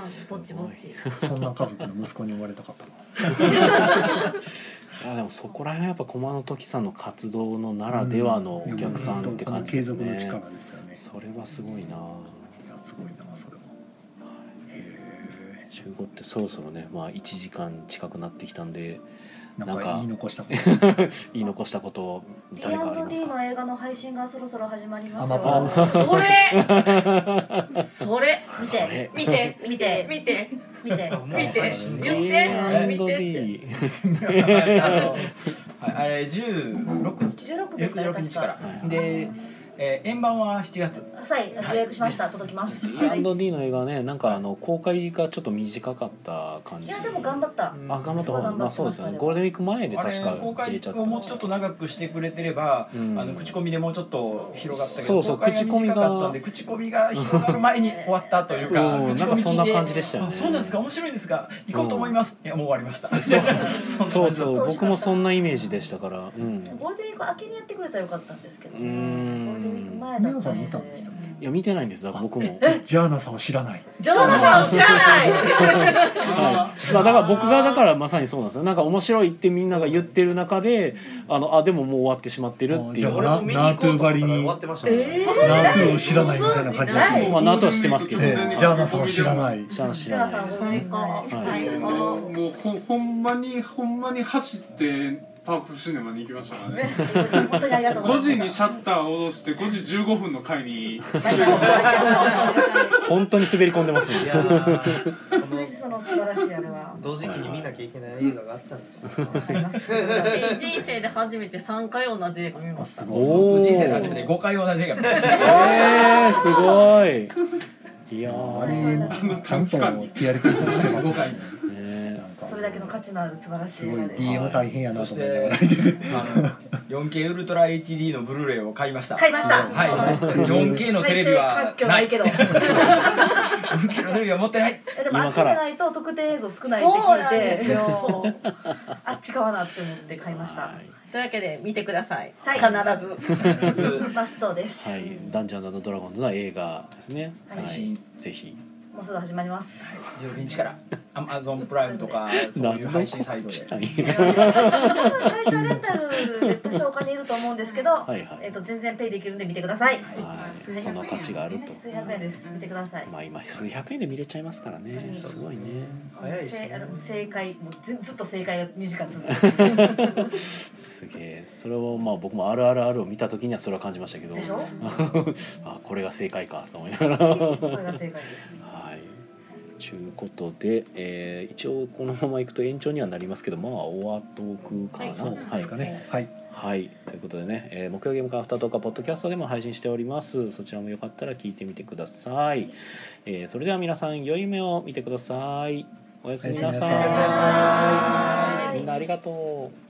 Speaker 9: あぼちぼ ち
Speaker 1: そんな家族の息子に生まれた かったな
Speaker 2: あでもそこら辺はやっぱ駒の時さんの活動のならではのお客さんって感じですね。
Speaker 1: うん継続の力ですよね
Speaker 2: それはすごいな。
Speaker 1: いやすごいなそれは
Speaker 2: 集合ってそろそろねまあ一時間近くなってきたんで。
Speaker 1: なんか言い残した こと
Speaker 2: 言い残したこと誰かあります
Speaker 10: D&D
Speaker 2: か。
Speaker 10: の映画の配信がそろそろ始まります
Speaker 2: アマプラ
Speaker 10: よ。
Speaker 2: それ
Speaker 9: それ
Speaker 10: 見
Speaker 2: それ
Speaker 10: て見て見て
Speaker 9: 見て
Speaker 10: 見て
Speaker 9: 見て言って見てって
Speaker 6: はいあれ十六日十六
Speaker 10: ですね
Speaker 6: 日からで、えー円盤は七月
Speaker 10: はい予約しました届きます。はい
Speaker 2: D&D の映画はねなんかあの公開がちょっと短かった感じ。
Speaker 10: いやでも頑張った。
Speaker 2: あ頑張った方がまあそうですよねゴールデンウィーク前で
Speaker 6: あれ
Speaker 2: 確か
Speaker 6: 公
Speaker 2: 消え
Speaker 6: 開
Speaker 2: ちゃった
Speaker 6: をもうちょっと長くしてくれてれば、
Speaker 2: うん
Speaker 6: あの口コミでもうちょっと広がったけど
Speaker 2: そうそう
Speaker 6: 公開
Speaker 2: 口コミが
Speaker 6: 短かったんで口コミが広がる前に終わったというか、
Speaker 2: うん
Speaker 6: 口コミ聞いて
Speaker 2: なんかそんな感じでしたよね
Speaker 6: あそうなんですか面白いんですが行こうと思います、いやもう終わりました
Speaker 2: そう
Speaker 6: そ ん
Speaker 2: そ
Speaker 6: な
Speaker 2: うそ
Speaker 6: 感じだ
Speaker 2: う
Speaker 6: った
Speaker 2: 僕もそんなイメージでしたから、うん、
Speaker 10: ゴールデンウィーク明けにやってくれたらよかったんですけど。
Speaker 2: うーん
Speaker 10: 前だったんで。
Speaker 2: いや見てないんですだから僕も
Speaker 1: ジャーナさんを知らない
Speaker 9: ジョーナさんを知らない
Speaker 2: はい、まあだから僕がだからまさにそうなんですよなんか面白いってみんなが言ってる中であのあでももう終わってしまってるってい
Speaker 1: あじゃ
Speaker 2: う
Speaker 1: あ俺も見に行こうと思ったら終わってましたねえーナートゥを知らないみたいな感じだった
Speaker 2: まあナートゥは知ってますけど、
Speaker 1: ええジャーナさんは知らない
Speaker 2: ジャーナ知らない
Speaker 9: 最高最高
Speaker 5: もうほほんまにほんまに走ってパークスシネマに行きましたからね
Speaker 10: 本当にありがとうご
Speaker 5: 5
Speaker 10: ざいます。
Speaker 5: 時にシャッターを下ろして5時15分の回に
Speaker 2: 本当に滑り込んでますね
Speaker 10: 本当にその素晴らしいあれは。
Speaker 4: 同時期に見なきゃいけない映画があったんです
Speaker 9: 私人生で初めて3回同じ映画見ました
Speaker 2: おお
Speaker 6: 人生で初めて5回同じ映画見ま した
Speaker 2: えー、すごいいやー
Speaker 1: あれちゃんと TRPG してますね
Speaker 10: それだけの価値のある素晴らしい
Speaker 1: す
Speaker 10: 映
Speaker 1: ごい
Speaker 10: 画です。
Speaker 1: DM 大変やな
Speaker 6: そ
Speaker 1: と
Speaker 6: し
Speaker 1: 思って
Speaker 6: てあの 4K ウルトラ HD のブルーレイを買いました
Speaker 10: 買いました
Speaker 6: はい 4K のテレビは
Speaker 10: 再生環境ない けど。
Speaker 6: 4K のテレビは持ってない
Speaker 10: えでもあっちじゃないと特典映像少ないって
Speaker 9: そうなん
Speaker 10: 聞い
Speaker 9: です
Speaker 10: て
Speaker 9: よ
Speaker 10: あっち買わなって思って買いました
Speaker 9: というわけで見てください
Speaker 10: はい
Speaker 9: 必ず
Speaker 10: マストです、
Speaker 2: はい、ダンジョンズドラゴンズの映画ですね。はい、
Speaker 10: はい
Speaker 2: ぜひ。
Speaker 10: もうすぐ始まります
Speaker 6: 16日からアマゾンプライムとかそういう配信サイトで
Speaker 3: 多分最初はレンタルで多少お金いると思うんですけど、
Speaker 2: はいはい
Speaker 3: えっと全然ペイできるんで見てください。
Speaker 2: いその価値があると
Speaker 3: 数百円です。見てください。
Speaker 2: まあ今数百円で見れちゃいますからねすごいね
Speaker 3: せあの正解もうずずっと正解が2時間続く。
Speaker 2: すげえそれをまあ僕も「あるあるある」を見た時にはそれは感じましたけど
Speaker 3: でしょ
Speaker 2: あこれが正解かと思いながら
Speaker 3: これが正解です。
Speaker 2: はい。ちゅうことで、えー一応このままいくと延長にはなりますけど、まあ終わっとくかな。
Speaker 9: はいそうですかねはい。
Speaker 2: はい、ということでね、えー、木曜ゲームカフェとかポッドキャストでも配信しております。そちらもよかったら聞いてみてください。えーそれでは皆さん良い夢を見てください。おやすみなさ
Speaker 9: おやすみなさ
Speaker 2: いみんなありがとう。